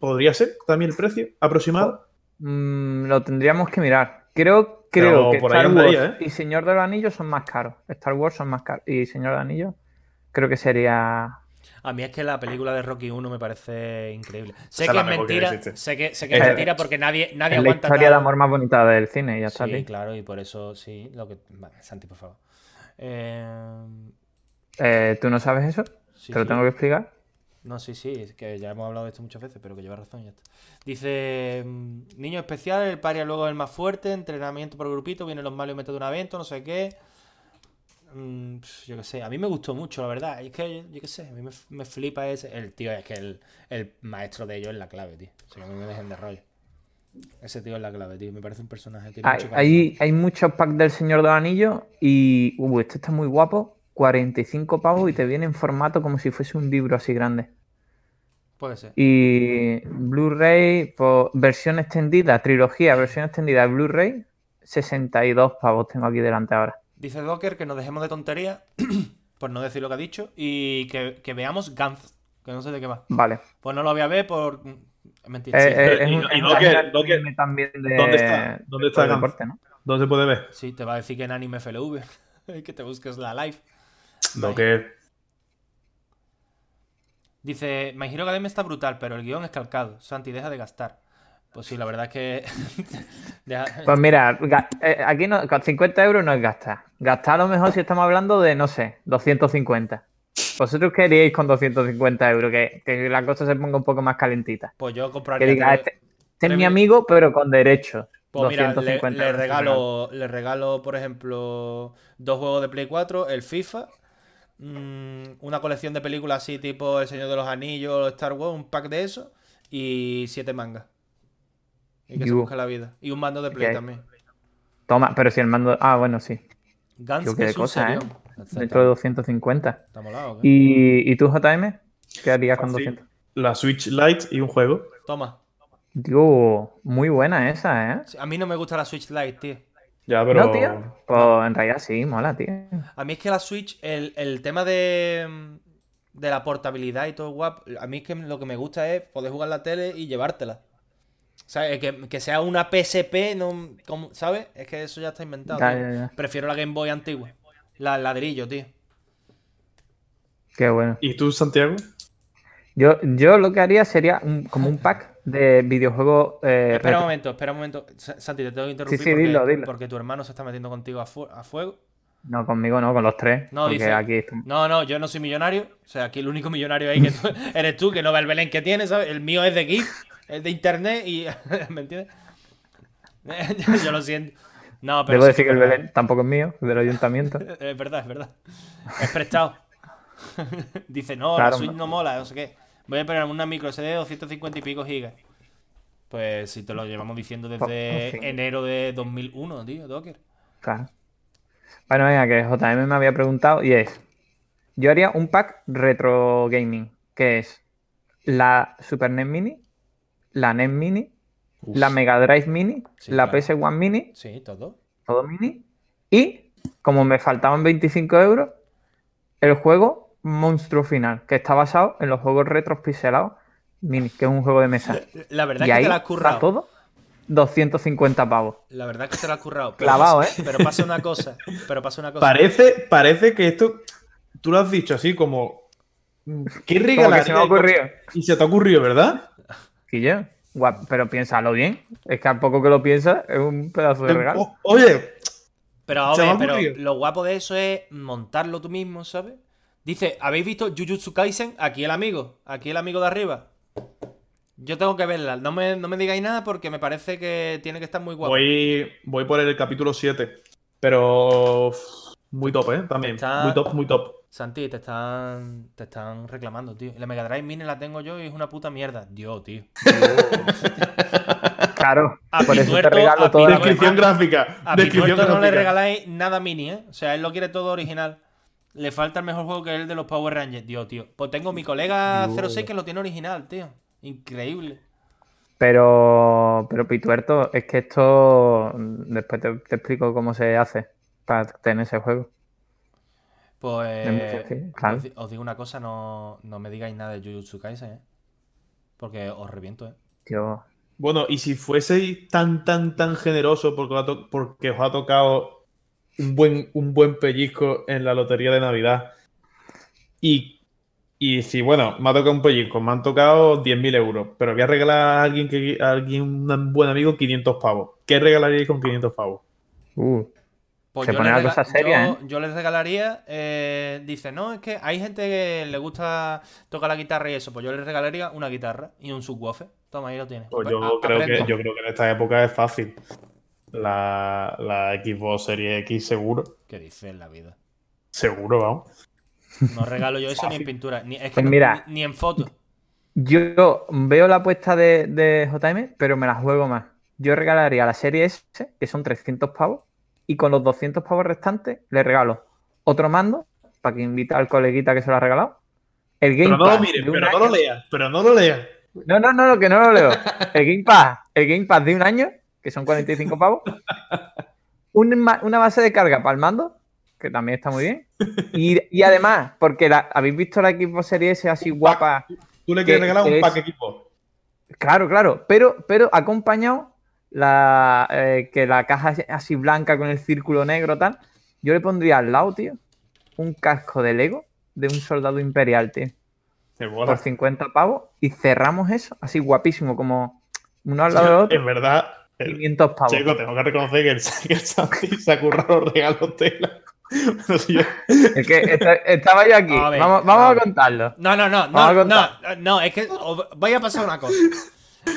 Speaker 4: Podría ser también el precio aproximado.
Speaker 3: Mm, lo tendríamos que mirar. Creo, creo
Speaker 4: Pero
Speaker 3: que
Speaker 4: por ahí
Speaker 3: Star
Speaker 4: andaría,
Speaker 3: Wars
Speaker 4: ¿eh?
Speaker 3: y Señor de los Anillos son más caros. Star Wars son más caros. Y Señor de los Anillos creo que sería...
Speaker 2: A mí es que la película de Rocky 1 me parece increíble. Sé
Speaker 4: Esa es
Speaker 2: que
Speaker 4: la
Speaker 2: es
Speaker 4: mejor que
Speaker 2: mentira.
Speaker 4: existe.
Speaker 2: sé que, sé que
Speaker 3: Eh,
Speaker 2: es mentira porque nadie, nadie
Speaker 3: Es la
Speaker 2: aguanta.
Speaker 3: historia de
Speaker 2: tal-
Speaker 3: amor más bonita del cine y ya está.
Speaker 2: Sí,
Speaker 3: tío.
Speaker 2: claro, y por eso sí. Lo que... Vale, Santi, por favor. Eh.
Speaker 3: Eh, ¿Tú no sabes eso?
Speaker 2: Sí,
Speaker 3: ¿Te lo
Speaker 2: sí.
Speaker 3: tengo que explicar?
Speaker 2: No, sí, sí, es que ya hemos hablado de esto muchas veces, pero que lleva razón. Ya está. Dice, mm, niño especial, el paria luego es el más fuerte, entrenamiento por grupito, vienen los malos y meten de un evento, no sé qué. Mm, pf, yo qué sé, a mí me gustó mucho, la verdad. Es que, yo qué sé, a mí me, me flipa ese. El tío es que el, el maestro de ellos es la clave, tío. O sea, que no me dejen de rollo. Ese tío es la clave, tío. Me parece un personaje. Tiene
Speaker 3: Hay,
Speaker 2: mucho carisma.
Speaker 3: hay, hay muchos packs del Señor de los Anillos y... Uh, este está muy guapo. 45 pavos y te viene en formato como si fuese un libro así grande.
Speaker 2: Puede ser.
Speaker 3: Y Blu-ray, por versión extendida, trilogía, versión extendida de Blu-ray, 62 pavos tengo aquí delante ahora.
Speaker 2: Dice Docker que nos dejemos de tontería, por no decir lo que ha dicho, y que, que veamos Gantz, que no sé de qué va.
Speaker 3: Vale.
Speaker 2: Pues no lo voy a ver por. Es mentira.
Speaker 3: Eh,
Speaker 2: sí.
Speaker 3: eh,
Speaker 4: pero-
Speaker 3: es
Speaker 4: y-
Speaker 3: un-
Speaker 4: y
Speaker 3: es
Speaker 4: no
Speaker 3: un
Speaker 4: que-
Speaker 3: canal
Speaker 4: no que-
Speaker 3: anime también de-
Speaker 4: ¿Dónde está? ¿Dónde está
Speaker 3: de
Speaker 4: Gantz?
Speaker 3: deporte, ¿no?
Speaker 4: ¿Dónde se puede ver?
Speaker 2: Sí, te va a decir que en Anime FLV. que te busques la live.
Speaker 4: Lo
Speaker 2: Vale.
Speaker 4: que
Speaker 2: Dice: My Hero Academia está brutal, pero el guión es calcado. Santi, deja de gastar. Pues sí, la verdad es que. Deja-
Speaker 3: Pues mira, ga- eh, aquí no, con 50 euros no es gastar. Gastar a lo mejor si estamos hablando de, no sé, 250. Vosotros queríais con 250 euros, que, que la cosa se ponga un poco más calentita.
Speaker 2: Pues yo
Speaker 3: Que
Speaker 2: compraría.
Speaker 3: diga,
Speaker 2: creo-
Speaker 3: este, este es
Speaker 2: tres
Speaker 3: mi
Speaker 2: mil-
Speaker 3: amigo, pero con derecho.
Speaker 2: Pues mira, le,
Speaker 3: 250
Speaker 2: le
Speaker 3: euros.
Speaker 2: regalo, le regalo, por ejemplo, dos juegos de Play 4, el FIFA, mm, una colección de películas así tipo El Señor de los Anillos, Star Wars, un pack de eso y siete mangas. Y que se
Speaker 3: Yo.
Speaker 2: busque la vida. Y un mando de Play
Speaker 3: Ok.
Speaker 2: también.
Speaker 3: Toma, pero si el mando. Ah, bueno, sí.
Speaker 2: Guns
Speaker 3: Yo qué
Speaker 2: es un
Speaker 3: cosa, ¿eh?
Speaker 2: serión. Está-
Speaker 3: Dentro de 250.
Speaker 2: está molado, ¿eh? ¿o qué?
Speaker 3: ¿Y, y tú, JM? ¿Qué harías con
Speaker 4: Fácil.
Speaker 3: 200?
Speaker 4: la Switch Lite y un juego.
Speaker 2: Toma.
Speaker 3: Dios, muy buena esa, ¿eh?
Speaker 2: A mí no me gusta la Switch Lite, tío.
Speaker 4: Ya, pero.
Speaker 3: ¿No, tío? Pues en realidad sí, mola, tío.
Speaker 2: A mí es que la Switch, el, el tema de, mm, de la portabilidad y todo guapo, a mí es que lo que me gusta es poder jugar la tele y llevártela. ¿Sabes? Que, que sea una PSP, no, como- ¿sabes? Es que eso ya está inventado.
Speaker 3: Ya,
Speaker 2: tío.
Speaker 3: ya, ya.
Speaker 2: Prefiero la Game Boy antigua. La el ladrillo, tío.
Speaker 3: Qué bueno.
Speaker 4: ¿Y tú, Santiago?
Speaker 3: Yo, yo lo que haría sería un- como un pack de videojuegos. eh,
Speaker 2: espera
Speaker 3: retro.
Speaker 2: un momento, espera un momento. Sa- Santi, te tengo que interrumpir
Speaker 3: Sí, sí,
Speaker 2: porque,
Speaker 3: dilo, dilo.
Speaker 2: porque tu hermano se está metiendo contigo a, fu- a fuego.
Speaker 3: No, conmigo no, con los tres.
Speaker 2: No,
Speaker 3: porque
Speaker 2: dice-
Speaker 3: aquí estamos-
Speaker 2: No, no, yo no soy millonario. O sea, aquí el único millonario ahí que tú- eres tú, que no ve el Belén que tienes, ¿sabes? El mío es de GIF, es de internet y. ¿Me entiendes? yo lo siento. No, pero.
Speaker 3: Debo
Speaker 2: sí
Speaker 3: decir que el
Speaker 2: es verdad.
Speaker 3: Belén tampoco es mío, es del ayuntamiento.
Speaker 2: Es verdad, es verdad. Es prestado. Dice, no, la
Speaker 3: Claro,
Speaker 2: Switch
Speaker 3: hombre.
Speaker 2: no mola, no sé qué. Voy a esperar una micro SD de 250 y pico gigas. Pues
Speaker 3: Pues,
Speaker 2: si te lo llevamos diciendo
Speaker 3: Por- por
Speaker 2: desde
Speaker 3: fin.
Speaker 2: enero de 2001, tío, Docker.
Speaker 3: Claro. Bueno, venga, que JM me había preguntado y es, yo haría un pack retro gaming, que es la Super NES Mini, la NES Mini,
Speaker 5: Uf.
Speaker 3: la Mega Drive Mini,
Speaker 2: Sí,
Speaker 3: la
Speaker 2: claro.
Speaker 3: PS1 Mini,
Speaker 2: Sí, todo.
Speaker 3: todo mini, y como me faltaban 25 euros, el juego Monstruo Final, que está basado en los juegos retros pixelados mini, que es un juego de mesa.
Speaker 2: La verdad
Speaker 3: Y
Speaker 2: es que
Speaker 3: ahí
Speaker 2: te la has
Speaker 3: está
Speaker 2: currado.
Speaker 3: todo 250 pavos.
Speaker 2: La verdad es que te la has currado. Pero
Speaker 3: Clavado, ¿eh?
Speaker 2: pasa- Pero pasa una cosa. Pero pasa una cosa.
Speaker 4: Parece, parece que esto, tú lo has dicho así como... mm, ¿Qué
Speaker 3: Como
Speaker 4: regalaría?
Speaker 3: que se me ha ocurrido.
Speaker 4: Y se te ha ocurrido, ¿verdad?
Speaker 3: Quillo, guap, pero piénsalo bien. Es que al poco que lo piensas, es un pedazo de regalo.
Speaker 4: O- Oh, oye,
Speaker 2: Pero,
Speaker 4: Se me
Speaker 2: hombre,
Speaker 4: ha
Speaker 2: pero
Speaker 4: ocurrido.
Speaker 2: lo guapo de eso es montarlo tú mismo, ¿sabes? Dice, ¿habéis visto Jujutsu Kaisen? Aquí el amigo, aquí el amigo de arriba. Yo tengo que verla. No me, no me digáis nada porque me parece que tiene que estar muy guapo.
Speaker 4: voy, voy por el capítulo 7, pero uf, muy top, ¿eh? También,
Speaker 2: Está-
Speaker 4: muy top, muy top.
Speaker 2: Santi, te están, te están reclamando, tío. La Mega Drive Mini la tengo yo y es una puta mierda. Dios, tío.
Speaker 3: Claro,
Speaker 2: A
Speaker 3: por
Speaker 2: mi
Speaker 3: eso te
Speaker 2: tuerto, a
Speaker 3: regalo todo.
Speaker 2: mi
Speaker 3: el-
Speaker 2: tuerto.
Speaker 4: Descripción gráfica.
Speaker 2: A
Speaker 4: descripción
Speaker 2: Pituerto no le
Speaker 4: gráfica.
Speaker 2: regaláis nada mini, ¿eh? O sea, él lo quiere todo original. Le falta el mejor juego que es el de los Power Rangers, tío, tío. Pues tengo mi colega 06 que lo tiene original, tío. Increíble.
Speaker 3: Pero, pero Pituerto, es que esto. mm, Después te, te explico cómo se hace para tener ese juego. Es muy
Speaker 2: Pues
Speaker 3: sencillo, claro.
Speaker 2: os, di- os digo una cosa, no, no me digáis nada de Jujutsu Kaisen, ¿eh? Porque os reviento, ¿eh?
Speaker 3: Yo,
Speaker 4: Bueno, y si fueseis tan, tan, tan generoso porque os ha, to- porque os ha tocado un buen, un buen pellizco en la lotería de Navidad. Y, y si, bueno, me ha tocado un pellizco, me han tocado 10.000 euros, pero voy a regalar a alguien, que, a alguien, un buen amigo, 500 pavos. ¿Qué regalaríais con 500 pavos?
Speaker 3: uh,
Speaker 2: Pues
Speaker 3: Se
Speaker 2: yo
Speaker 3: pone
Speaker 2: les
Speaker 3: la
Speaker 2: rega-
Speaker 3: cosa seria, ¿eh?
Speaker 2: yo, yo les regalaría. eh, dice, no, es que hay gente que le gusta tocar la guitarra y eso. Pues yo les regalaría una guitarra y un subwoofer. Toma, ahí lo tienes.
Speaker 4: Pues
Speaker 2: Pues
Speaker 4: yo,
Speaker 2: a-
Speaker 4: creo que,
Speaker 2: aprende.
Speaker 4: yo creo que en esta época es fácil. La, la Xbox Series X seguro.
Speaker 2: ¿Qué dices la vida?
Speaker 4: Seguro, vamos.
Speaker 2: No regalo yo eso ni en pintura. Ni, es que
Speaker 3: Pues
Speaker 2: no-
Speaker 3: mira.
Speaker 2: ni, ni en foto.
Speaker 3: yo veo la apuesta de, de JM, pero me la juego más. Yo regalaría la serie S, que son 300 pavos, y con los 200 pavos restantes le regalo otro mando para que invite al coleguita que se lo ha regalado. El Game
Speaker 4: Pero no lo
Speaker 3: Pass
Speaker 4: mires,
Speaker 3: de un
Speaker 4: pero no
Speaker 3: año-
Speaker 4: lo leas, pero no lo leas.
Speaker 3: No, no, no, no, que no lo leo. El Game Pass, el Game Pass de un año, que son 45 pavos. Un ma- una base de carga para el mando, que también está muy bien. Y, y además, porque la- habéis visto la Xbox Series S así guapa.
Speaker 4: Tú le quieres
Speaker 3: Que
Speaker 4: regalar un
Speaker 3: es-
Speaker 4: pack equipo.
Speaker 3: Claro, claro, pero, pero acompañado la, eh, que la caja es así blanca con el círculo negro tal. Yo le pondría al lado, tío, un casco de Lego de un soldado imperial, tío.
Speaker 4: Te
Speaker 3: Por
Speaker 4: mola.
Speaker 3: 50 pavos y cerramos eso así guapísimo, como uno al lado del otro.
Speaker 4: En verdad, el-
Speaker 3: 500 pavos.
Speaker 4: chico, tengo que reconocer que el, que el Santi se ha currado los regalos tela. Bueno, si yo-
Speaker 3: Es que esta- estaba yo aquí.
Speaker 2: A ver,
Speaker 3: vamos vamos
Speaker 2: a
Speaker 3: a,
Speaker 2: ver.
Speaker 3: contarlo.
Speaker 2: No, no, no,
Speaker 3: Vamos a
Speaker 2: no, no, no, es que os voy a pasar una cosa.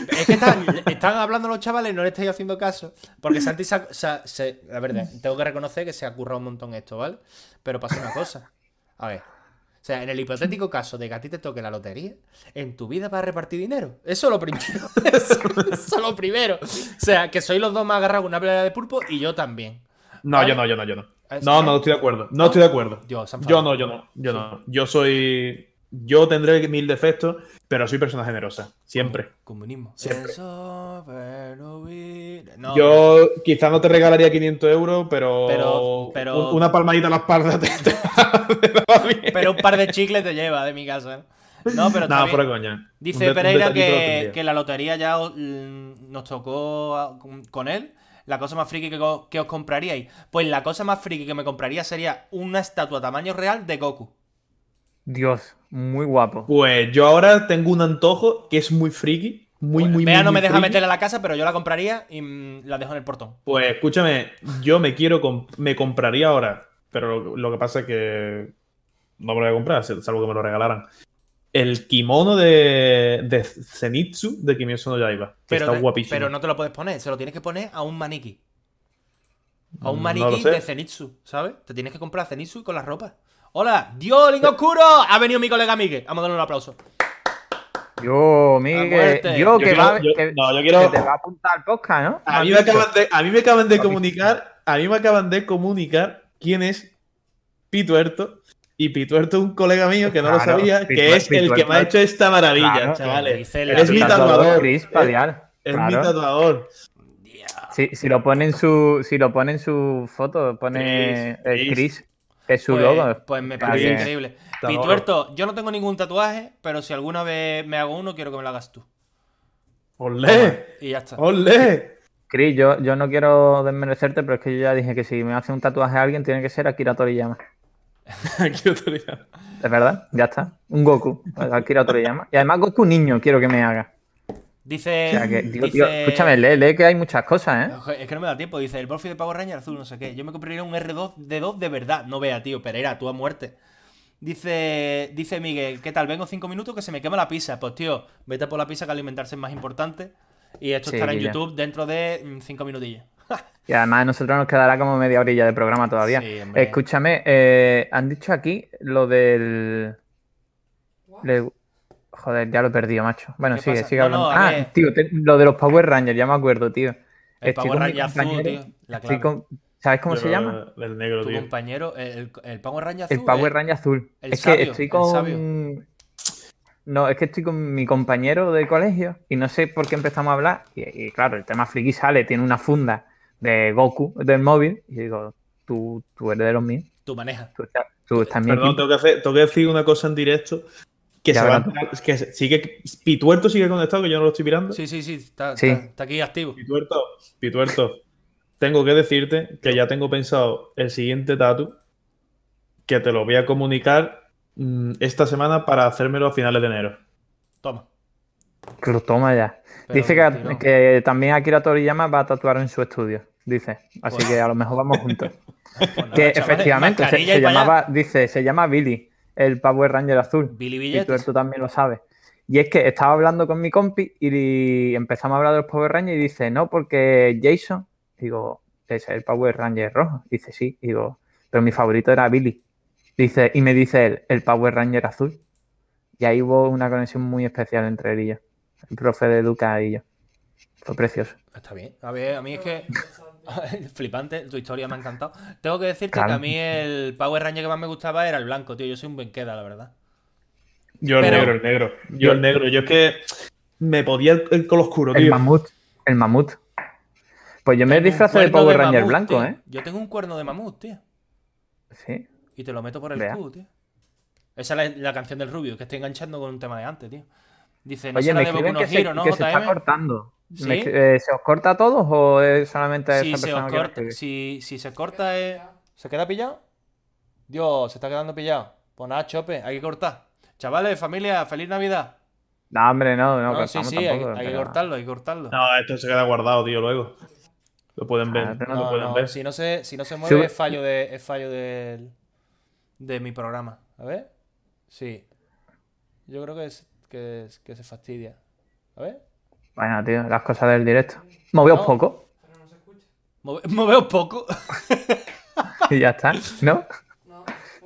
Speaker 2: Es que están, están hablando los chavales, no le estáis haciendo caso. Porque Santi se, ha- se ha- se- La verdad, tengo que reconocer que se ha currado un montón esto, ¿vale? Pero pasa una cosa. A ver. O sea, en el hipotético caso de que a ti te toque la lotería, en tu vida vas a repartir dinero. Eso es lo primero. Eso, eso es lo primero. O sea, que sois los dos más agarrados con una pelea de pulpo y yo también.
Speaker 4: No, yo no, yo no, yo no.
Speaker 3: Ah,
Speaker 2: Es-
Speaker 4: No, no estoy de acuerdo. No estoy de acuerdo.
Speaker 2: Dios, se ha
Speaker 4: Yo
Speaker 2: enfadado.
Speaker 4: no, yo no, yo no. Yo soy. Yo tendré mil defectos, pero soy persona generosa. Siempre.
Speaker 2: Comunismo.
Speaker 4: Siempre.
Speaker 2: It's over, no we- No,
Speaker 4: Yo quizás no te regalaría 500 euros, pero,
Speaker 2: Pero- pero-
Speaker 4: un- una palmadita a la espalda te, te- te va bien.
Speaker 2: Pero un par de chicles te lleva de mi casa. No, pero está
Speaker 4: Nada,
Speaker 2: bien.
Speaker 4: fuera coña. Un
Speaker 2: Dice
Speaker 4: de- un
Speaker 2: Pereira
Speaker 4: detallito lo
Speaker 2: que,
Speaker 4: tendría.
Speaker 2: que la lotería ya os- mm, nos tocó a- con- con él. La cosa más friki que, co- que os compraríais. Pues la cosa más friki que me compraría sería una estatua tamaño real de Goku.
Speaker 3: Dios, muy guapo.
Speaker 4: Pues yo ahora tengo un antojo que es muy friki. Muy,
Speaker 2: Pues
Speaker 4: muy,
Speaker 2: Bea
Speaker 4: muy,
Speaker 2: no me
Speaker 4: muy
Speaker 2: deja
Speaker 4: friki.
Speaker 2: meterla a la casa, pero yo la compraría y mm, la dejo en el portón.
Speaker 4: Pues escúchame, yo me quiero, comp- me compraría ahora, pero lo, lo que pasa es que no me lo voy a comprar, salvo que me lo regalaran. El kimono de, de Zenitsu de Kimetsu no Yaiba, que
Speaker 2: Pero,
Speaker 4: está
Speaker 2: te-
Speaker 4: guapísimo.
Speaker 2: pero no te lo puedes poner, se lo tienes que poner a un maniquí. A un
Speaker 4: Mm, No
Speaker 2: maniquí
Speaker 4: lo sé.
Speaker 2: de Zenitsu, ¿sabes? Te tienes que comprar Zenitsu con la ropa. ¡Hola! ¡Dios, Lingo Oscuro! Ha venido mi colega Miguel. Vamos a darle un aplauso.
Speaker 3: Yo, Miguel.
Speaker 2: muerte.
Speaker 3: Yo,
Speaker 4: Yo
Speaker 3: que,
Speaker 4: quiero-
Speaker 3: va,
Speaker 4: yo-
Speaker 3: que-
Speaker 4: no, yo quiero-
Speaker 3: que te va a apuntar al podcast, ¿no?
Speaker 4: a, mí me acaban de, a mí me acaban de
Speaker 3: Guapísimo.
Speaker 4: comunicar, a mí me acaban de comunicar quién es Pituerto. Y Pituerto es un colega mío que no lo
Speaker 3: Claro,
Speaker 4: sabía,
Speaker 3: Pitu-
Speaker 4: que es el que
Speaker 3: Pituerto
Speaker 4: me ha hecho esta maravilla,
Speaker 3: Claro,
Speaker 4: chavales.
Speaker 2: dice la-
Speaker 4: Eres mi tatuador.
Speaker 3: Chris
Speaker 4: Es,
Speaker 3: Padial.
Speaker 4: es mi
Speaker 3: claro.
Speaker 4: tatuador.
Speaker 3: Si, si lo pone en su, si lo pone en su foto, pone
Speaker 4: Chris,
Speaker 3: eh,
Speaker 4: Chris.
Speaker 3: Chris, que es su
Speaker 2: pues,
Speaker 3: logo.
Speaker 2: pues me
Speaker 3: Está
Speaker 2: parece
Speaker 3: bien.
Speaker 2: increíble.
Speaker 4: Tatuador.
Speaker 2: Pituerto, yo no tengo ningún tatuaje, pero si alguna vez me hago uno, quiero que me lo hagas tú.
Speaker 4: ¡Olé!
Speaker 2: Y ya está.
Speaker 3: Oh.
Speaker 4: ¡Olé!
Speaker 3: Chris, yo, yo no quiero desmerecerte, pero es que yo ya dije que si me hace un tatuaje a alguien, tiene que ser Akira Toriyama.
Speaker 4: Aquí otro día.
Speaker 3: Es verdad, ya está. Un Goku, pues, Akira Toriyama. Y además Goku niño quiero que me haga.
Speaker 2: Dice.
Speaker 3: O sea que, tío,
Speaker 2: dice-
Speaker 3: tío, escúchame, lee, lee que hay muchas cosas, ¿eh?
Speaker 2: Ojo, Es que no me da tiempo. Dice el Borfi de Power Ranger azul, no sé qué. Yo me compraría un R2 de 2 de verdad. No vea, tío. Pereira, tú a muerte. Dice, dice Miguel, ¿qué tal? Vengo cinco minutos que se me quema la pizza. Pues tío, vete por la pizza que alimentarse es más importante. Y esto
Speaker 3: Sí,
Speaker 2: estará en
Speaker 3: Guille.
Speaker 2: YouTube dentro de mm, cinco minutillos.
Speaker 3: Y además a nosotros nos quedará como media orilla de programa todavía.
Speaker 2: Sí, hombre.
Speaker 3: Escúchame, eh, han dicho aquí lo del... le- Joder, ya lo he perdido, macho. Bueno,
Speaker 2: ¿Qué
Speaker 3: sigue,
Speaker 2: pasa?
Speaker 3: sigue
Speaker 2: No,
Speaker 3: hablando.
Speaker 2: no, a
Speaker 3: ah,
Speaker 2: ver.
Speaker 3: tío, te- lo de los Power Rangers, ya me acuerdo, tío.
Speaker 2: El
Speaker 3: Estoy
Speaker 2: Power
Speaker 3: con mi
Speaker 2: Ranger azul, tío.
Speaker 3: compañero,
Speaker 2: La
Speaker 3: estoy
Speaker 2: clave.
Speaker 3: con- ¿Sabes cómo se
Speaker 4: Pero,
Speaker 3: llama?
Speaker 4: Del negro,
Speaker 2: Tu
Speaker 4: tío.
Speaker 2: compañero, el, el Power Ranger azul.
Speaker 3: El Power
Speaker 2: eh.
Speaker 3: Ranger azul.
Speaker 2: el
Speaker 3: es
Speaker 2: sabio,
Speaker 3: que estoy
Speaker 2: el
Speaker 3: con. No, es que estoy con mi compañero de colegio y no sé por qué empezamos a hablar. Y, y claro, el tema friki sale, tiene una funda de Goku del móvil. Y digo, tú, tú eres de los míos,
Speaker 2: Tú manejas.
Speaker 3: tú estás,
Speaker 2: Eh,
Speaker 3: tú estás en mi
Speaker 4: Perdón,
Speaker 3: equipo".
Speaker 4: tengo que, hacer- tengo que decir una cosa en directo. Que,
Speaker 3: Ya
Speaker 4: se va a
Speaker 3: verás.
Speaker 4: enterar- que se- sigue, Pituerto sigue conectado, que yo no lo estoy mirando.
Speaker 2: Sí, sí, sí. Está,
Speaker 3: Sí.
Speaker 2: está- está aquí activo. Pues
Speaker 4: Pituerto, Pituerto, tengo que decirte que ya tengo pensado el siguiente tatu que te lo voy a comunicar mm, esta semana para hacérmelo a finales de enero.
Speaker 2: Toma.
Speaker 3: Que lo toma ya.
Speaker 2: Pero
Speaker 3: dice
Speaker 2: del tirón.
Speaker 3: que, que también Akira Toriyama va a tatuar en su estudio. Dice. Así
Speaker 2: Bueno.
Speaker 3: que a lo mejor vamos juntos.
Speaker 2: Pues nada,
Speaker 3: que
Speaker 2: chavales,
Speaker 3: efectivamente se,
Speaker 2: mascarilla
Speaker 3: se
Speaker 2: y pa' allá.
Speaker 3: llamaba, dice, se llama Billy, el Power Ranger azul.
Speaker 2: Billy
Speaker 3: Y tú,
Speaker 2: Billetes.
Speaker 3: tú también lo sabes. Y es que estaba hablando con mi compi y empezamos a hablar de los Power Rangers y dice, no, porque Jason, digo, es el Power Ranger rojo. Dice, sí, digo, pero mi favorito era Billy. Dice, y me dice él, el Power Ranger azul. Y ahí hubo una conexión muy especial entre él y yo, el profe de Educa y yo. Fue precioso.
Speaker 2: Está bien. A ver, a mí es que. Flipante, tu historia me ha encantado. Tengo que decirte que
Speaker 3: Claro.
Speaker 2: a mí el Power Ranger que más me gustaba era el blanco, tío. Yo soy un buen queda, la verdad.
Speaker 4: Yo el
Speaker 2: Pero-
Speaker 4: negro, el negro. Yo el negro. Yo es que me podía el, el color oscuro,
Speaker 3: El
Speaker 4: tío.
Speaker 3: mamut, el mamut. Pues yo me
Speaker 2: Tengo un
Speaker 3: disfrazé de
Speaker 2: cuerno
Speaker 3: Power Ranger
Speaker 2: mamut,
Speaker 3: blanco,
Speaker 2: tío.
Speaker 3: ¿eh?
Speaker 2: Yo tengo un cuerno de mamut, tío.
Speaker 3: Sí.
Speaker 2: Y te lo meto por el
Speaker 3: Vea.
Speaker 2: culo, tío. Esa es la, la canción del Rubio, que estoy enganchando con un tema de antes, tío. Dice, no
Speaker 3: Oye,
Speaker 2: será
Speaker 3: me
Speaker 2: de Boku
Speaker 3: escriben
Speaker 2: no
Speaker 3: que, se,
Speaker 2: Hero, ¿no,
Speaker 3: que se está
Speaker 2: JM?
Speaker 3: cortando.
Speaker 2: ¿Sí?
Speaker 3: Me escri- eh, ¿Se os corta a todos o es solamente a
Speaker 2: si,
Speaker 3: esa
Speaker 2: se
Speaker 3: persona
Speaker 2: os
Speaker 3: que lo
Speaker 2: corta,
Speaker 3: escribe?
Speaker 2: si, si se corta, eh, ¿se queda pillado? Dios, se está quedando pillado. Pues nada, chope, hay que cortar. Chavales, familia, feliz Navidad.
Speaker 3: No, hombre, no,
Speaker 2: No,
Speaker 3: no,
Speaker 2: sí,
Speaker 3: cortamos
Speaker 2: sí, hay,
Speaker 3: tampoco.
Speaker 2: hay que
Speaker 3: pero-
Speaker 2: cortarlo, hay que cortarlo.
Speaker 4: No, esto se queda guardado, tío, luego. Lo pueden ver.
Speaker 3: Ah, pero
Speaker 4: lo
Speaker 3: no-
Speaker 4: pueden
Speaker 2: no,
Speaker 4: ver.
Speaker 2: Si, no se, si no se mueve
Speaker 3: Sube-
Speaker 2: es fallo de es fallo del- de mi programa. A ver. Sí. Yo creo que, es, que, es- que se fastidia. A ver.
Speaker 3: Bueno, tío, las cosas del directo. Moveos
Speaker 2: No.
Speaker 3: poco
Speaker 2: Move- Moveos poco.
Speaker 3: y ya está, ¿no?
Speaker 2: pues-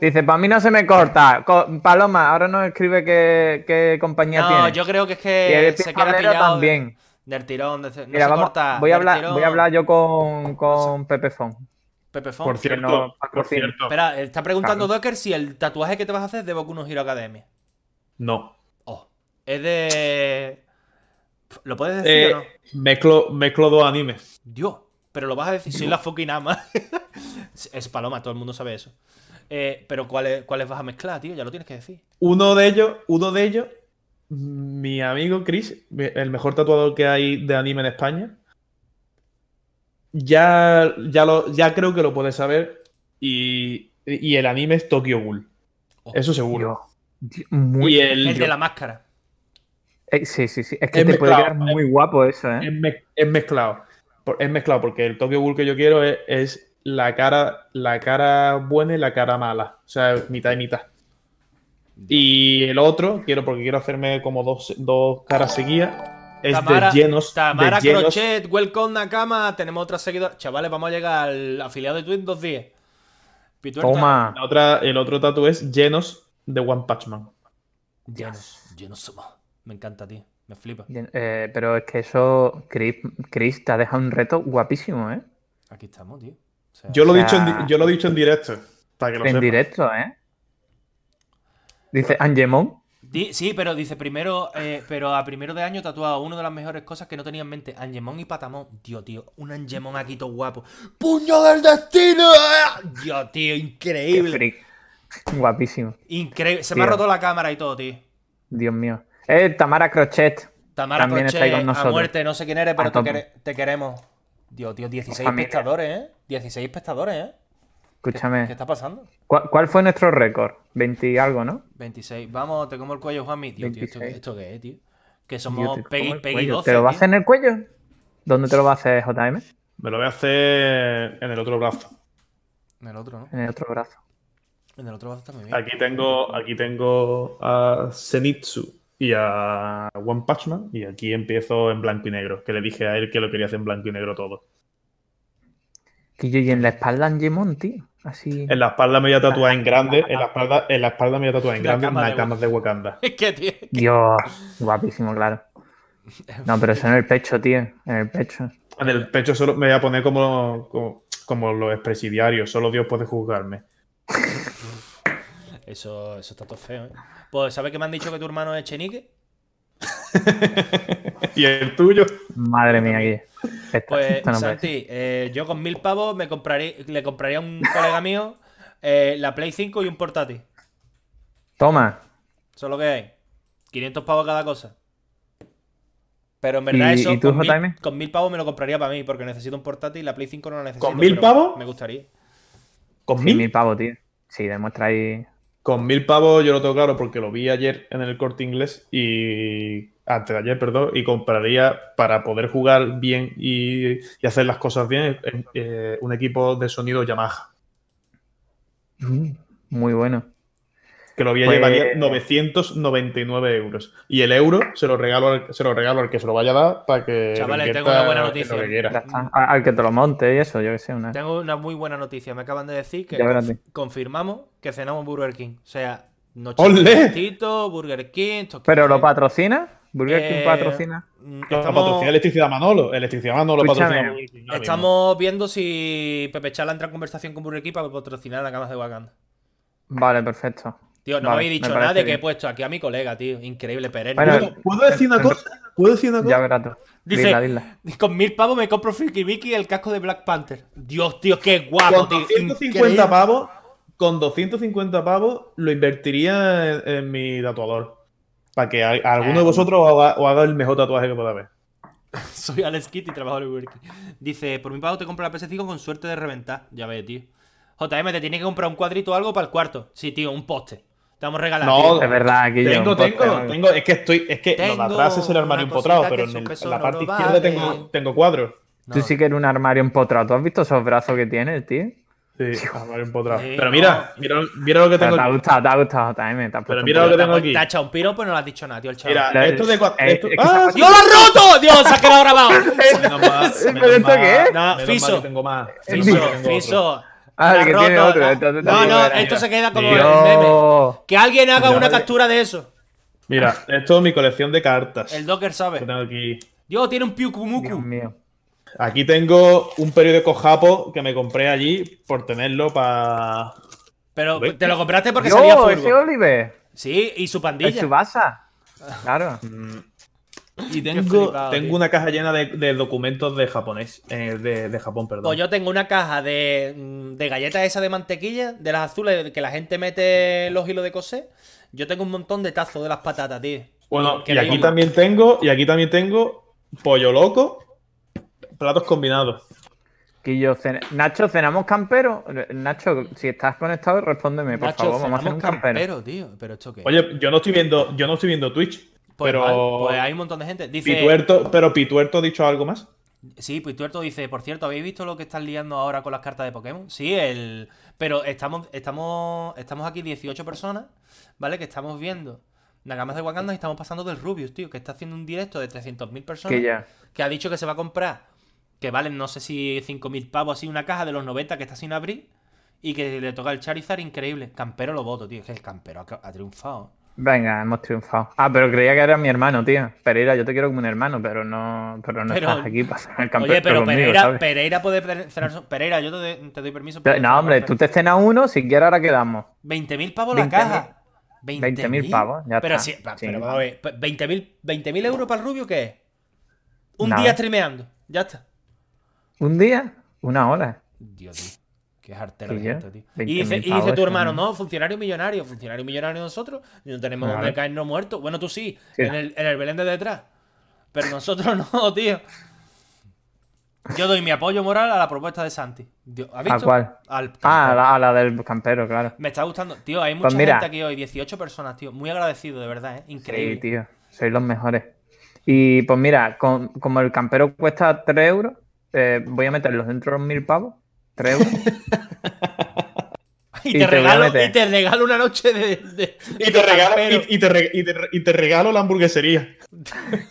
Speaker 3: Dice, para mí no se me corta. Co- Paloma, ahora nos escribe qué, qué compañía
Speaker 2: no,
Speaker 3: tiene.
Speaker 2: yo creo que es
Speaker 3: y el
Speaker 2: que se queda
Speaker 3: pistolero
Speaker 2: pillado
Speaker 3: también.
Speaker 2: del tirón. de- no
Speaker 3: Mira,
Speaker 2: se
Speaker 3: vamos,
Speaker 2: corta.
Speaker 3: voy,
Speaker 2: del
Speaker 3: a hablar,
Speaker 2: tirón.
Speaker 3: voy a hablar yo con, con Pepe Fon.
Speaker 2: Pepe Fon.
Speaker 4: Por cierto,
Speaker 3: no
Speaker 4: por
Speaker 3: patrocina.
Speaker 4: cierto.
Speaker 2: Espera, está preguntando Docker si el tatuaje que te vas a hacer es de Boku no Hero Academia.
Speaker 4: No.
Speaker 2: Oh. Es de. ¿Lo puedes decir
Speaker 4: Eh,
Speaker 2: o no?
Speaker 4: mezclo, mezclo dos animes.
Speaker 2: Dios, pero lo vas a decir, soy la fucking ama. es paloma, todo el mundo sabe eso. Eh, pero ¿cuáles, ¿cuáles vas a mezclar, tío? Ya lo tienes que decir.
Speaker 4: Uno de ellos, uno de ellos, mi amigo Chris, mi- el mejor tatuador que hay de anime en España. Ya, ya, lo, ya creo que lo puedes saber. Y, y el anime es Tokyo Ghoul.
Speaker 2: Oh,
Speaker 4: Eso seguro.
Speaker 3: Dios, Dios, muy...
Speaker 4: y el,
Speaker 2: El de la máscara.
Speaker 3: eh, sí, sí, sí. Es que
Speaker 4: Es
Speaker 3: te puede
Speaker 4: mezclado,
Speaker 3: quedar muy guapo eso, ¿eh?
Speaker 4: es, mez- es mezclado. Por- Es mezclado porque el Tokyo Ghoul que yo quiero es, es la cara la cara buena y la cara mala. O sea, mitad y mitad. Y el otro, quiero porque quiero hacerme como dos, dos caras seguidas. Es
Speaker 2: Tamara,
Speaker 4: de llenos.
Speaker 2: Tamara
Speaker 4: de llenos.
Speaker 2: Crochet, welcome Nakama. Tenemos otra seguidora. Chavales, vamos a llegar al afiliado de Twitch en dos días. Pituerta.
Speaker 3: Toma.
Speaker 4: La otra, el otro tatu es llenos de One Punch Man.
Speaker 2: Llenos, llenos somos. Me encanta, tío. Me flipa.
Speaker 3: Bien, eh, pero es que eso, Chris, Chris te ha dejado un reto guapísimo, ¿eh?
Speaker 2: Aquí estamos, tío. O sea,
Speaker 4: Yo lo, he
Speaker 3: O
Speaker 4: dicho en,
Speaker 3: sea-
Speaker 4: di- yo lo he dicho en directo. Para que lo
Speaker 3: En
Speaker 4: sepa.
Speaker 3: directo, ¿eh? Dice Angemon.
Speaker 2: di- sí, pero dice primero, eh, pero a primero de año tatuado una de las mejores cosas que no tenía en mente, Angemon y Patamón. Tío, tío, un Angemon aquí todo guapo. ¡Puño del destino! ¡Ah! Dios, tío,
Speaker 3: Qué
Speaker 2: increíble.
Speaker 3: freak. Guapísimo.
Speaker 2: Increíble. Se me ha
Speaker 3: Tío.
Speaker 2: roto la cámara y todo, tío.
Speaker 3: Dios mío. Eh, Tamara Crochet.
Speaker 2: Tamara
Speaker 3: También está ahí
Speaker 2: Crochet,
Speaker 3: con
Speaker 2: a
Speaker 3: nosotros.
Speaker 2: muerte, no sé quién eres, pero
Speaker 3: A
Speaker 2: te,
Speaker 3: tope. Pues
Speaker 2: quere- te queremos. Dios, tío, 16
Speaker 3: Familia.
Speaker 2: espectadores, ¿eh? 16 espectadores, ¿eh? ¿Qué- ¿Qué
Speaker 3: Escúchame.
Speaker 2: está pasando?
Speaker 3: ¿Cuál, cuál fue nuestro récord? 20 y algo, ¿no?
Speaker 2: 26. Vamos, te como el cuello, Juanmi. Tío, tío, esto,
Speaker 3: 26.
Speaker 2: ¿esto qué es, tío? Que
Speaker 3: Dios,
Speaker 2: somos
Speaker 3: te como
Speaker 2: Peggy,
Speaker 3: el
Speaker 2: Peggy
Speaker 3: cuello.
Speaker 2: 12.
Speaker 3: ¿Te lo vas a
Speaker 2: tío.
Speaker 3: hacer en el cuello? ¿Dónde te lo vas a hacer, JM?
Speaker 4: Me lo voy a hacer en el otro brazo.
Speaker 2: En el otro, ¿no?
Speaker 3: En el otro brazo.
Speaker 2: En el otro brazo está muy bien.
Speaker 4: Aquí tengo, aquí tengo a Zenitsu y a One Punch Man. Y aquí empiezo en blanco y negro. Que le dije a él que lo quería hacer en blanco y negro todo.
Speaker 3: Que yo y en la espalda Angemon, tío. Así.
Speaker 4: En la espalda me voy a tatuar en grande. En la espalda, en la espalda me voy a tatuar en
Speaker 2: La
Speaker 4: grande
Speaker 2: cama de
Speaker 4: Nakamas de Wakanda.
Speaker 2: Es que, tío.
Speaker 3: Dios. Guapísimo, claro. No, pero eso en el pecho, tío. En el pecho.
Speaker 4: En el pecho solo me voy a poner como, como, como los expresidiarios. Solo Dios puede juzgarme.
Speaker 2: Eso, eso está todo feo, ¿eh? Pues, ¿sabes que me han dicho que tu hermano es Chenique?
Speaker 4: ¿Y el tuyo?
Speaker 3: Madre mía, Guille. Esto-
Speaker 2: Pues,
Speaker 3: esto no puede ser.
Speaker 2: Santi, eh, yo con mil pavos me compraría, le compraría a un colega mío eh, la Play 5 y un portátil.
Speaker 3: Toma.
Speaker 2: Eso es lo que hay. 500 pavos cada cosa. Pero en verdad
Speaker 3: ¿Y-
Speaker 2: eso
Speaker 3: y tú,
Speaker 2: con, mil,
Speaker 3: JM?
Speaker 2: con mil pavos me lo compraría para mí porque necesito un portátil y la Play 5 no la necesito.
Speaker 4: ¿Con mil
Speaker 2: pero
Speaker 4: pavos?
Speaker 2: Me gustaría.
Speaker 4: ¿Con
Speaker 3: Sí,
Speaker 4: mil?
Speaker 3: mil pavos, tío. Sí, demuestra ahí.
Speaker 4: Con mil pavos yo lo tengo claro porque lo vi ayer en el corte inglés y. Antes de ayer, perdón, y compraría para poder jugar bien y, y hacer las cosas bien eh, eh, un equipo de sonido Yamaha.
Speaker 3: Mm, Muy bueno.
Speaker 4: Que lo vi ayer,
Speaker 3: Pues-
Speaker 4: valía 999 euros. Y el euro se lo regalo al, se lo regalo al que se lo vaya a dar para que. lo
Speaker 2: Chavales, tengo
Speaker 4: invierta
Speaker 2: una buena
Speaker 4: en
Speaker 2: noticia.
Speaker 4: lo que
Speaker 3: Ya
Speaker 4: quiera.
Speaker 3: está. A- Al que te lo monte y eso, yo que sé. Una...
Speaker 2: Tengo una muy buena noticia. Me acaban de decir que
Speaker 3: Ah. Ya verás,
Speaker 2: conf-
Speaker 3: tío.
Speaker 2: confirmamos que cenamos en Burger King. O sea, noche
Speaker 4: ¡Olé!
Speaker 2: Tito, Burger King. toque-
Speaker 3: ¿Pero lo patrocina? ¿Burger King
Speaker 2: Eh,
Speaker 3: patrocina?
Speaker 2: mm,
Speaker 4: Lo
Speaker 2: Estamos,
Speaker 4: patrocina Electricidad Manolo. Electricidad Manolo
Speaker 3: Escúchame,
Speaker 4: patrocina Burger King ahora mismo.
Speaker 2: estamos viendo si Pepe Chala entra en conversación con Burger King para patrocinar la cama de Wakanda.
Speaker 3: Vale, perfecto.
Speaker 2: Tío, no
Speaker 3: Vale,
Speaker 2: me habéis
Speaker 3: me
Speaker 2: dicho nada de
Speaker 3: parece
Speaker 2: que he
Speaker 3: bien.
Speaker 2: puesto aquí a mi colega, tío. Increíble, Pérez.
Speaker 3: Bueno,
Speaker 4: ¿Puedo, puedo decir una cosa? ¿Puedo decir una cosa?
Speaker 3: Ya verás tú.
Speaker 2: Dice-
Speaker 3: Dila, dila.
Speaker 2: Con mil pavos me compro Friki Vicky el casco de Black Panther. Dios, tío, qué guapo,
Speaker 4: con
Speaker 2: tío.
Speaker 4: 250
Speaker 2: Increíble.
Speaker 4: pavos, con 250 pavos lo invertiría en, en mi tatuador. Para que a, a alguno de vosotros os haga, os haga el mejor tatuaje que pueda haber.
Speaker 2: Soy Alex Kitt y trabajo en el Burger King. Dice, por mi pago te compro la PS5 con suerte de reventar. Ya ves, tío. JM, te tienes que comprar un cuadrito o algo para el cuarto. Sí, tío, un poste. Te vamos a regalar.
Speaker 4: No,
Speaker 2: tío.
Speaker 3: Es verdad, Guille.
Speaker 4: Tengo,
Speaker 3: un eh, poste,
Speaker 4: tengo,
Speaker 3: ¿no?
Speaker 4: tengo. Es que estoy. Es que lo
Speaker 2: Tengo
Speaker 4: de atrás es el armario
Speaker 2: una
Speaker 4: empotrado,
Speaker 2: cosita que
Speaker 4: pero en,
Speaker 2: su
Speaker 4: el-
Speaker 2: peso
Speaker 4: en la
Speaker 2: no
Speaker 4: parte
Speaker 2: lo
Speaker 4: izquierda
Speaker 2: vale.
Speaker 4: tengo, tengo cuadros.
Speaker 2: No.
Speaker 3: Tú sí que eres un armario empotrado. ¿Tú has visto esos brazos que tienes, tío?
Speaker 4: Sí, armario empotrado.
Speaker 2: Sí,
Speaker 4: Pero mira, mira, mira lo que
Speaker 3: Pero
Speaker 4: tengo
Speaker 3: te ha
Speaker 4: aquí.
Speaker 3: gustado, te ha gustado, JM. te has
Speaker 4: Pero
Speaker 3: puesto
Speaker 4: mira
Speaker 3: un
Speaker 4: lo que
Speaker 2: Te ha-
Speaker 4: tengo aquí.
Speaker 2: Te ha echado un piro, pero no lo has dicho nada, tío, el chaval.
Speaker 4: Mira, esto de cua-
Speaker 3: Eh,
Speaker 4: esto-
Speaker 3: es que
Speaker 4: ¡Ah!
Speaker 2: ¡Dios, lo has roto! ¡Dios, se ha quedado grabado!
Speaker 4: Menos mal,
Speaker 3: ¿Pero
Speaker 4: menos
Speaker 3: esto
Speaker 4: mal,
Speaker 3: qué es?
Speaker 4: menos mal
Speaker 2: Fiso.
Speaker 4: que tengo más. Menos mal
Speaker 2: Fiso,
Speaker 4: que tengo otro.
Speaker 2: Fiso.
Speaker 3: Ah,
Speaker 2: La
Speaker 3: el que
Speaker 2: roto,
Speaker 3: tiene otro,
Speaker 2: la-
Speaker 3: entonces
Speaker 2: No,
Speaker 3: también
Speaker 2: no,
Speaker 3: era.
Speaker 2: esto se queda como
Speaker 4: Dios.
Speaker 2: el meme.
Speaker 3: Dios.
Speaker 2: Que alguien haga
Speaker 4: Mira,
Speaker 2: una
Speaker 4: vale.
Speaker 2: captura de eso.
Speaker 4: Mira, esto es mi colección de cartas.
Speaker 2: El Docker
Speaker 4: que
Speaker 2: sabe.
Speaker 4: tengo aquí.
Speaker 2: Dios, tiene un Piukumuku.
Speaker 3: Dios mío.
Speaker 4: Aquí tengo un periódico japo que me compré allí por tenerlo para.
Speaker 2: Pero
Speaker 4: ¿Ves?
Speaker 2: te lo compraste porque salía
Speaker 3: Dios, ¡Oh, ese
Speaker 2: furbo.
Speaker 3: Oliver.
Speaker 2: Sí, y su
Speaker 3: Es
Speaker 2: pandilla.
Speaker 3: su basa. Claro.
Speaker 4: Y tengo,
Speaker 2: flipado,
Speaker 4: tengo
Speaker 2: tío.
Speaker 4: una caja llena de, de documentos de japonés. eh, de, de Japón, perdón.
Speaker 2: Pues yo tengo una caja de, mm, de galletas esas de mantequilla, de las azules, que la gente mete los hilos de coser. Yo tengo un montón de tazos de las patatas, tío.
Speaker 4: bueno, y
Speaker 2: Increíble.
Speaker 4: aquí también tengo. Y aquí también tengo pollo loco, platos combinados.
Speaker 3: Quillo, cena- Nacho, ¿cenamos campero? Nacho, si estás conectado, respóndeme, por
Speaker 2: Nacho,
Speaker 3: favor. Vamos a hacer
Speaker 2: cenamos
Speaker 3: un campero.
Speaker 2: tío. Pero esto qué.
Speaker 4: Oye, yo no estoy viendo, yo no estoy viendo Twitch.
Speaker 2: pues,
Speaker 4: pero.
Speaker 2: vale, pues hay un montón de gente. Dice.
Speaker 4: Pituerto, pero Pituerto ha dicho algo más.
Speaker 2: Sí, Pituerto dice, por cierto, ¿habéis visto lo que están liando ahora con las cartas de Pokémon? Sí, el. Pero estamos, estamos, estamos aquí 18 personas, ¿vale? Que estamos viendo Nakamas de Wakanda y estamos pasando del Rubius, tío, que está haciendo un directo de 300.000 personas.
Speaker 3: Que ya.
Speaker 2: que ha dicho que se va a comprar, que valen no sé si 5.000 pavos, así una caja de los 90 que está sin abrir, y que le toca el Charizard, increíble. Campero lo voto, tío, es que el Campero ha, ha triunfado.
Speaker 3: Venga, hemos triunfado. Ah, pero creía que era mi hermano, tío. Pereira, yo te quiero como un hermano, pero no, pero no
Speaker 2: Pero-
Speaker 3: estás aquí para ser el campeón
Speaker 2: Oye, pero
Speaker 3: conmigo,
Speaker 2: Pereira,
Speaker 3: ¿sabes?
Speaker 2: Pereira puede pre- cenar. su- Pereira, yo te, doy- te doy permiso.
Speaker 3: Pero- No, hombre, tú te cenas uno, si quieres ahora quedamos.
Speaker 2: 20.000 pavos la
Speaker 3: 20.000.
Speaker 2: caja.
Speaker 3: 20.000 pavos, ya
Speaker 2: pero
Speaker 3: está.
Speaker 2: sí, pa-
Speaker 3: Sí.
Speaker 2: pero vamos a ver, pues, pa- 20.000 20.000 euros para el rubio, ¿qué es? Un
Speaker 3: Nada.
Speaker 2: día streameando, ya está.
Speaker 3: Un día, una hora.
Speaker 2: Dios mío, qué jartera
Speaker 3: Sí,
Speaker 2: de
Speaker 3: ya.
Speaker 2: gente, tío. Y
Speaker 3: 20.000
Speaker 2: dice, y dice
Speaker 3: pavos,
Speaker 2: tu
Speaker 3: eso
Speaker 2: hermano,
Speaker 3: no.
Speaker 2: no, funcionario millonario, funcionario millonario nosotros, y no tenemos
Speaker 3: Claro.
Speaker 2: donde caernos muertos. Bueno, tú sí,
Speaker 3: Sí.
Speaker 2: En, el, en el Belén de detrás, pero nosotros no, tío. Yo doy mi apoyo moral a la propuesta de Santi. Dios, ¿has
Speaker 3: ¿A
Speaker 2: visto?
Speaker 3: cuál?
Speaker 2: Al
Speaker 3: Ah, a
Speaker 2: campeón.
Speaker 3: la, a la del campero, claro.
Speaker 2: Me está gustando. Tío, hay mucha
Speaker 3: Pues mira.
Speaker 2: gente aquí hoy, 18 personas, tío. Muy agradecido, de verdad, ¿eh? Increíble.
Speaker 3: Sí, tío, sois los mejores. Y pues mira, con- como el campero cuesta 3 euros, eh, voy a meterlos dentro de los mil pavos. 3 euros.
Speaker 2: Y,
Speaker 3: Y
Speaker 2: te
Speaker 3: te voy a
Speaker 2: regalo,
Speaker 3: meter.
Speaker 2: y te regalo una noche de. de-
Speaker 4: Y te, regalo,
Speaker 2: campero.
Speaker 4: y, y te re- y te re- y te regalo la hamburguesería.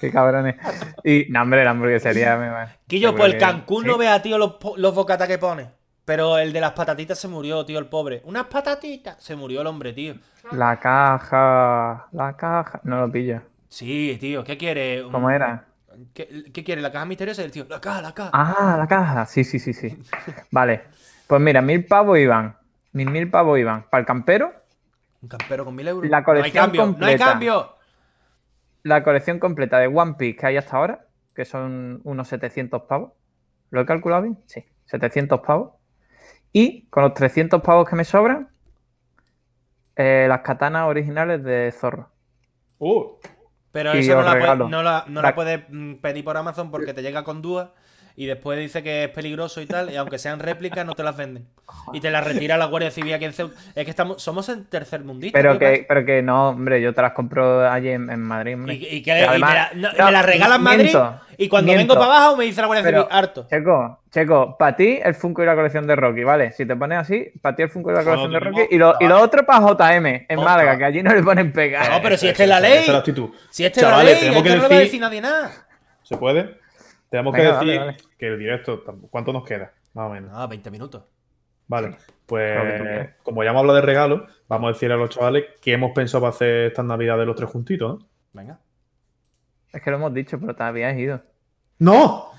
Speaker 3: Qué cabrones. Y, no, hombre, la hamburguesería me va.
Speaker 2: Quillo,
Speaker 3: Yo
Speaker 2: pues el
Speaker 3: creo que-
Speaker 2: Cancún
Speaker 3: sí.
Speaker 2: no vea, tío, los, po- los bocatas que pone. Pero el de las patatitas se murió, tío, el pobre. Unas patatitas. Se murió el hombre, tío.
Speaker 3: La caja, la caja. No lo pillo.
Speaker 2: Sí, tío, ¿qué quiere? Un-
Speaker 3: ¿Cómo era?
Speaker 2: ¿Qué, qué quiere? ¿La caja misteriosa? El tío, la caja, la caja.
Speaker 3: Ah, la caja. Sí, sí, sí, sí. Vale. Pues mira, mil pavos iban. Mil mil pavos iban. Para el campero,
Speaker 2: Un campero con mil euros.
Speaker 3: La colección
Speaker 2: no hay cambio, no hay
Speaker 3: completa.
Speaker 2: cambio.
Speaker 3: la colección completa de One Piece que hay hasta ahora, que son unos 700 pavos. ¿Lo he calculado bien? Sí, 700 pavos. Y con los 300 pavos que me sobran, eh, las katanas originales de Zorro.
Speaker 4: Uh,
Speaker 2: Pero
Speaker 3: Y
Speaker 2: eso no
Speaker 3: os
Speaker 2: la, puede-
Speaker 3: regalo.
Speaker 2: no la- no la
Speaker 3: La-
Speaker 2: puedes mm, pedir por Amazon porque te llega con dudas y después dice que es peligroso y tal, y aunque sean réplicas, no te las venden. Y te las retira la Guardia Civil aquí en Ceuta. Es que estamos, somos en tercer mundista. tío,
Speaker 3: Pero que, pero que no, hombre, yo te las compro allí en, en Madrid.
Speaker 2: macho.
Speaker 3: hombre.
Speaker 2: Y, y que
Speaker 3: Que
Speaker 2: y
Speaker 3: además-
Speaker 2: me, la, no,
Speaker 3: no,
Speaker 2: me la regalan Madrid
Speaker 3: miento,
Speaker 2: y cuando vengo
Speaker 3: miento.
Speaker 2: para abajo me dice la Guardia Civil,
Speaker 3: Pero-
Speaker 2: harto.
Speaker 3: Checo, Checo, para ti el Funko y la colección de Rocky, ¿vale? Si te pones así, para ti el Funko y la
Speaker 4: Cuando
Speaker 3: colección de
Speaker 4: tuvimos-
Speaker 3: Rocky y lo, y lo otro para JM, en
Speaker 4: Otra.
Speaker 3: Málaga, que allí no le ponen pega.
Speaker 2: No, pero si esta
Speaker 4: esa-
Speaker 2: es la
Speaker 4: esa-
Speaker 2: ley.
Speaker 4: esa es la actitud.
Speaker 2: Si este es la
Speaker 4: Chavales,
Speaker 2: ley,
Speaker 4: tenemos
Speaker 2: este no
Speaker 4: que
Speaker 2: le va a
Speaker 4: decir-
Speaker 2: decir nadie nada.
Speaker 4: ¿Se puede? Tenemos
Speaker 3: Venga,
Speaker 4: que
Speaker 3: vale,
Speaker 4: decir
Speaker 3: vale.
Speaker 4: que el directo, tam- ¿cuánto nos queda? Más o menos.
Speaker 2: No, 20 minutos.
Speaker 4: Vale,
Speaker 3: Lo que tú
Speaker 4: pues
Speaker 3: quieras.
Speaker 4: como ya hemos hablado de regalos, vamos a decir a los chavales qué hemos pensado para hacer estas navidades los tres juntitos, ¿no?
Speaker 2: Venga.
Speaker 3: Es que lo hemos dicho, pero te habías ido.
Speaker 4: ¡No!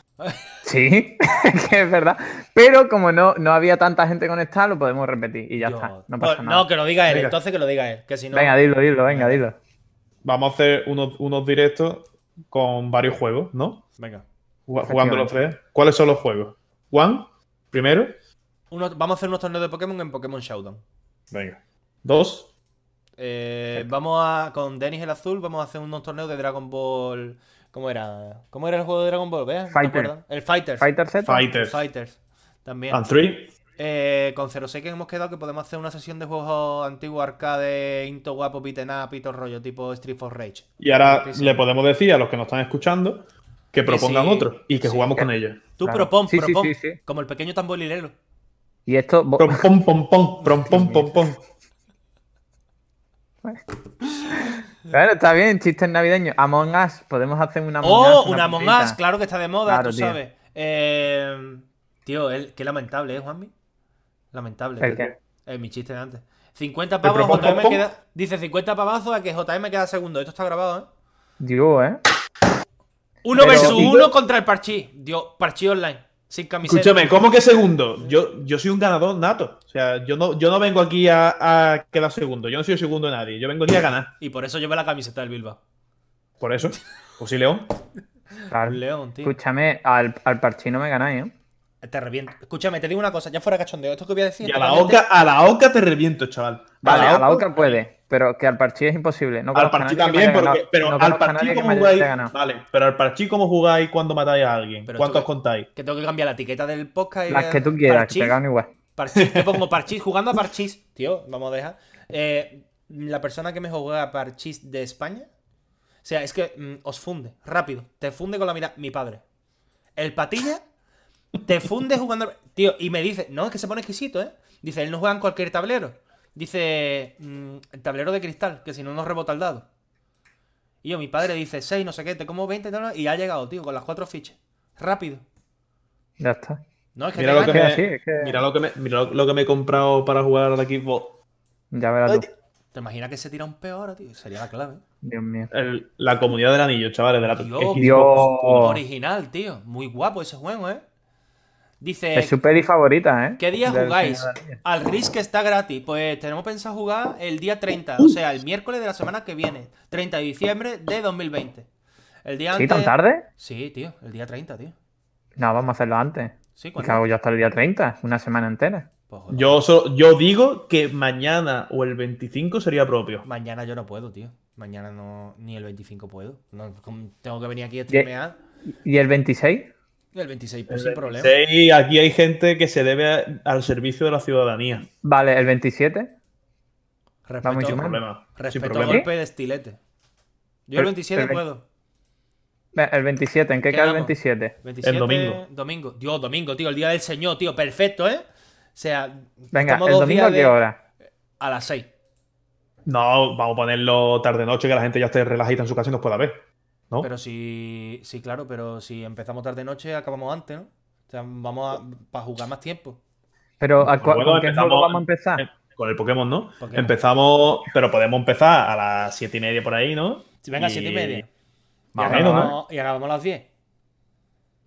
Speaker 3: Sí, que es verdad. Pero como no, no había tanta gente conectada, lo podemos repetir y ya
Speaker 2: Yo-
Speaker 3: está. No pasa
Speaker 2: Pues,
Speaker 3: nada.
Speaker 2: que lo diga él,
Speaker 4: Venga.
Speaker 2: entonces que lo diga él. Que si no.
Speaker 3: Venga, dilo, dilo, venga, dilo.
Speaker 4: Vamos a hacer unos, unos directos con varios juegos, ¿no?
Speaker 2: Venga.
Speaker 4: Ju- Jugando los tres. ¿Cuáles son los juegos? One, primero.
Speaker 2: Uno- vamos a hacer unos torneos de Pokémon en Pokémon Showdown.
Speaker 4: Venga. Dos.
Speaker 2: Eh, vamos a. Con Denis el Azul, vamos a hacer unos torneos de Dragon Ball. ¿Cómo era? ¿Cómo era el juego de Dragon Ball? ¿Veas? ¿Te
Speaker 3: Fighter.
Speaker 2: acuerdas? El Fighters.
Speaker 3: Fighter Z.
Speaker 2: El
Speaker 4: Fighters.
Speaker 2: Fighters.
Speaker 3: Ah,
Speaker 2: También.
Speaker 4: And three.
Speaker 2: Eh, con 06 que hemos quedado que podemos hacer una sesión de juegos antiguos, arcade, Into Guapo, Beaten Up y todo el rollo, tipo Street for Rage.
Speaker 4: Y ahora
Speaker 2: Sí, sí.
Speaker 4: le podemos decir a los que nos están escuchando que propongan
Speaker 2: sí,
Speaker 4: otro y que
Speaker 2: sí. Eh.
Speaker 4: jugamos con ellos.
Speaker 2: Tú
Speaker 3: Claro.
Speaker 2: propón,
Speaker 3: Sí, sí,
Speaker 2: propón.
Speaker 3: sí, sí.
Speaker 2: Como el pequeño tamborilero.
Speaker 3: Y esto. bo-
Speaker 4: Prom, pom, pom, pom, prom, pom, pom, pom.
Speaker 3: Claro, está bien, chistes navideños. Among Us, podemos hacer una Among
Speaker 2: Oh,
Speaker 3: Us.
Speaker 2: una Among
Speaker 3: putita.
Speaker 2: Us, claro que está de moda,
Speaker 3: Claro,
Speaker 2: tú
Speaker 3: tío.
Speaker 2: sabes. Eh, tío, el, qué lamentable, ¿eh, Juanmi? Lamentable.
Speaker 3: ¿El qué?
Speaker 2: Eh, mi chiste de antes. 50
Speaker 4: ¿Te
Speaker 2: pavos,
Speaker 4: propongo
Speaker 2: JM
Speaker 4: pom?
Speaker 2: queda. Dice 50 pavazos a que JM queda segundo. Esto está grabado, ¿eh?
Speaker 3: Digo, ¿eh?
Speaker 2: Uno
Speaker 4: Pero-
Speaker 2: versus
Speaker 4: ¿Y yo?
Speaker 2: uno contra el Parchi. Dios, Parchi online. Sin camiseta.
Speaker 4: Escúchame, ¿cómo que segundo? Yo, yo soy un ganador nato. O sea, yo no, yo no vengo aquí a, a quedar segundo. Yo no soy segundo de nadie. Yo vengo aquí a ganar.
Speaker 2: Y por eso lleva la camiseta del Bilbao.
Speaker 4: Por eso. Pues sí, León.
Speaker 3: Claro.
Speaker 2: Un león, tío.
Speaker 3: Escúchame, al, al parchino me ganáis, ¿eh?
Speaker 2: Te reviento. Escúchame, te digo una cosa, ya fuera cachondeo. Esto que voy a decir.
Speaker 4: Y a la
Speaker 2: totalmente-
Speaker 4: oca, a la oca te reviento, chaval.
Speaker 3: Vale, a la otra puede, pero que al parchí es imposible. No
Speaker 4: Al
Speaker 3: conozco a nadie
Speaker 4: parchí
Speaker 3: que me
Speaker 4: también,
Speaker 3: haya
Speaker 4: porque,
Speaker 3: ganado.
Speaker 4: pero
Speaker 3: No
Speaker 4: al
Speaker 3: conozco a nadie
Speaker 4: parchí
Speaker 3: que
Speaker 4: cómo
Speaker 3: me haya
Speaker 4: jugáis.
Speaker 3: ganado.
Speaker 4: Vale, pero al parchí cómo jugáis cuando matáis a alguien.
Speaker 2: Pero
Speaker 4: ¿Cuántos
Speaker 2: tú-
Speaker 4: contáis?
Speaker 2: Que tengo que cambiar la etiqueta del podcast. y
Speaker 3: Las
Speaker 2: de-
Speaker 3: que tú quieras, que
Speaker 2: Parchís.
Speaker 3: te ganen igual.
Speaker 2: Parchís, yo pongo parchís, jugando a parchís, tío, vamos a dejar. Eh, la persona que me juega a parchís de España, o sea, es que mm, os funde, rápido, te funde con la mirada, mi padre. El patilla te funde jugando, al- tío, y me dice, no, es que se pone exquisito, ¿eh? Dice, él no juega en cualquier tablero. Dice, mm, el tablero de cristal, que si no nos rebota el dado. Y yo, mi padre dice, 6, no sé qué, te como 20, tal, tal, y ha llegado, tío, con las cuatro fichas. Rápido.
Speaker 3: Ya está.
Speaker 2: No, es que
Speaker 4: Mira
Speaker 2: te
Speaker 4: lo que,
Speaker 2: engancha.
Speaker 3: engañas.
Speaker 4: me,
Speaker 3: Sí, es que-
Speaker 4: mira lo que me, mira lo que me he comprado para jugar al equipo.
Speaker 3: Ya verás tú.
Speaker 2: ¿Te imaginas que se tira un peo ahora, tío? Sería la clave.
Speaker 3: Dios mío.
Speaker 4: El- la comunidad del anillo, chavales, de la
Speaker 2: Dios,
Speaker 4: Xbox.
Speaker 3: Dios.
Speaker 2: Original, tío. Muy guapo ese juego, ¿eh? Dice,
Speaker 3: Es su peli favorita, ¿eh?
Speaker 2: Eh, ¿qué día
Speaker 3: Del
Speaker 2: jugáis?
Speaker 3: Señor de los Anillos.
Speaker 2: Al RIS que está gratis. Pues tenemos pensado jugar el día 30, o sea, el miércoles de la semana que viene. 30 de diciembre de 2020. El día
Speaker 3: ¿Sí,
Speaker 2: antes...
Speaker 3: tan tarde?
Speaker 2: Sí, tío. El día 30, tío.
Speaker 3: No, vamos a hacerlo antes.
Speaker 2: Sí,
Speaker 3: Y
Speaker 2: ¿cuándo?
Speaker 3: claro, yo hasta el día 30, una semana entera.
Speaker 2: Pues, joder,
Speaker 4: Yo, so- yo digo que mañana o el 25 sería propio.
Speaker 2: Mañana yo no puedo, tío. Mañana no, ni el 25 puedo. No, com- tengo que venir aquí a streamear.
Speaker 3: ¿Y el 26?
Speaker 2: Y el 26, pues,
Speaker 4: El
Speaker 2: sin problema.
Speaker 4: 26, aquí hay gente que se debe a- al servicio de la ciudadanía. Sin
Speaker 3: Vale, el 27. Vamos,
Speaker 2: Respeto,
Speaker 3: Chumán.
Speaker 4: problema. Sin
Speaker 2: respeto al
Speaker 4: problema.
Speaker 2: golpe de estilete. Yo el
Speaker 3: Pero-
Speaker 2: 27
Speaker 3: pero-
Speaker 2: puedo.
Speaker 3: Ve, El 27, ¿en qué queda el
Speaker 2: Quedamos.
Speaker 3: 27?
Speaker 2: 27,
Speaker 4: El domingo.
Speaker 2: Domingo. Dios, domingo, tío. El día del Señor, tío. Perfecto, ¿eh? O sea,
Speaker 3: Venga,
Speaker 2: estamos
Speaker 3: ¿el
Speaker 2: dos
Speaker 3: domingo
Speaker 2: días
Speaker 3: a qué
Speaker 2: de-
Speaker 3: hora?
Speaker 2: A las 6.
Speaker 4: No, vamos a ponerlo tarde-noche, que la gente ya esté relajita en su casa y nos pueda ver. ¿No?
Speaker 2: Pero si. Sí, claro, pero si empezamos tarde noche, acabamos antes, ¿no? O sea, vamos a. Para jugar más tiempo.
Speaker 3: Pero ¿a cu-
Speaker 4: Bueno,
Speaker 3: ¿con qué
Speaker 4: empezamos-
Speaker 3: juego vamos a empezar?
Speaker 4: eh, Con el Pokémon, ¿no?
Speaker 2: Pokémon.
Speaker 4: Empezamos, pero podemos empezar a las 7 y media por ahí, ¿no?
Speaker 2: Si Venga,
Speaker 4: Y-
Speaker 2: 7 y media. Y
Speaker 4: Más o
Speaker 3: menos,
Speaker 2: acabamos, y acabamos a las 10.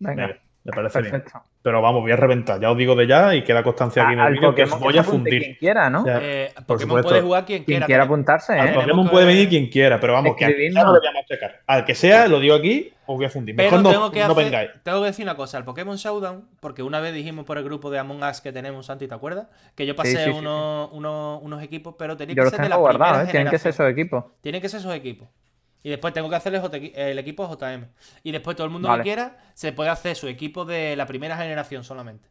Speaker 3: Venga,
Speaker 4: Venga, me parece bien.
Speaker 3: perfecto.
Speaker 4: Pero vamos, voy a reventar, ya os digo de ya y queda constancia aquí en
Speaker 3: A-
Speaker 4: el
Speaker 3: al
Speaker 4: vídeo que os
Speaker 3: Pokémon
Speaker 4: voy
Speaker 3: que
Speaker 4: a
Speaker 3: se apunte
Speaker 4: fundir.
Speaker 3: Quien quiera, ¿no?
Speaker 4: Ya,
Speaker 2: Eh,
Speaker 4: por
Speaker 2: Pokémon
Speaker 4: supuesto.
Speaker 2: puede jugar quien
Speaker 3: Quien
Speaker 2: quiera.
Speaker 3: quiera
Speaker 2: también.
Speaker 3: apuntarse,
Speaker 4: Al
Speaker 2: tenemos
Speaker 3: ¿eh?
Speaker 4: Pokémon
Speaker 2: que-
Speaker 4: puede venir quien quiera, pero vamos, que a
Speaker 3: Escribidnos.
Speaker 4: ya no lo voy a machacar. Al que sea, lo digo aquí, os voy a fundir.
Speaker 2: Pero
Speaker 4: Mejor no,
Speaker 2: tengo, que
Speaker 4: no
Speaker 2: hacer-
Speaker 4: vengáis.
Speaker 2: tengo que decir una cosa, el Pokémon Showdown, porque una vez dijimos por el grupo de Among Us que tenemos, Santi, ¿te acuerdas? Que yo pasé
Speaker 3: sí, sí, sí.
Speaker 2: unos, unos- unos equipos, pero tenía
Speaker 3: Yo
Speaker 2: que
Speaker 3: los
Speaker 2: ser de
Speaker 3: tengo
Speaker 2: la
Speaker 3: guardados,
Speaker 2: primera
Speaker 3: ¿eh? Tienen que ser
Speaker 2: generación.
Speaker 3: esos equipos.
Speaker 2: Tienen que ser esos equipos. Y después tengo que hacerles JQ el equipo JM. Y después todo el mundo
Speaker 3: Vale.
Speaker 2: que quiera se puede hacer su equipo de la primera generación solamente.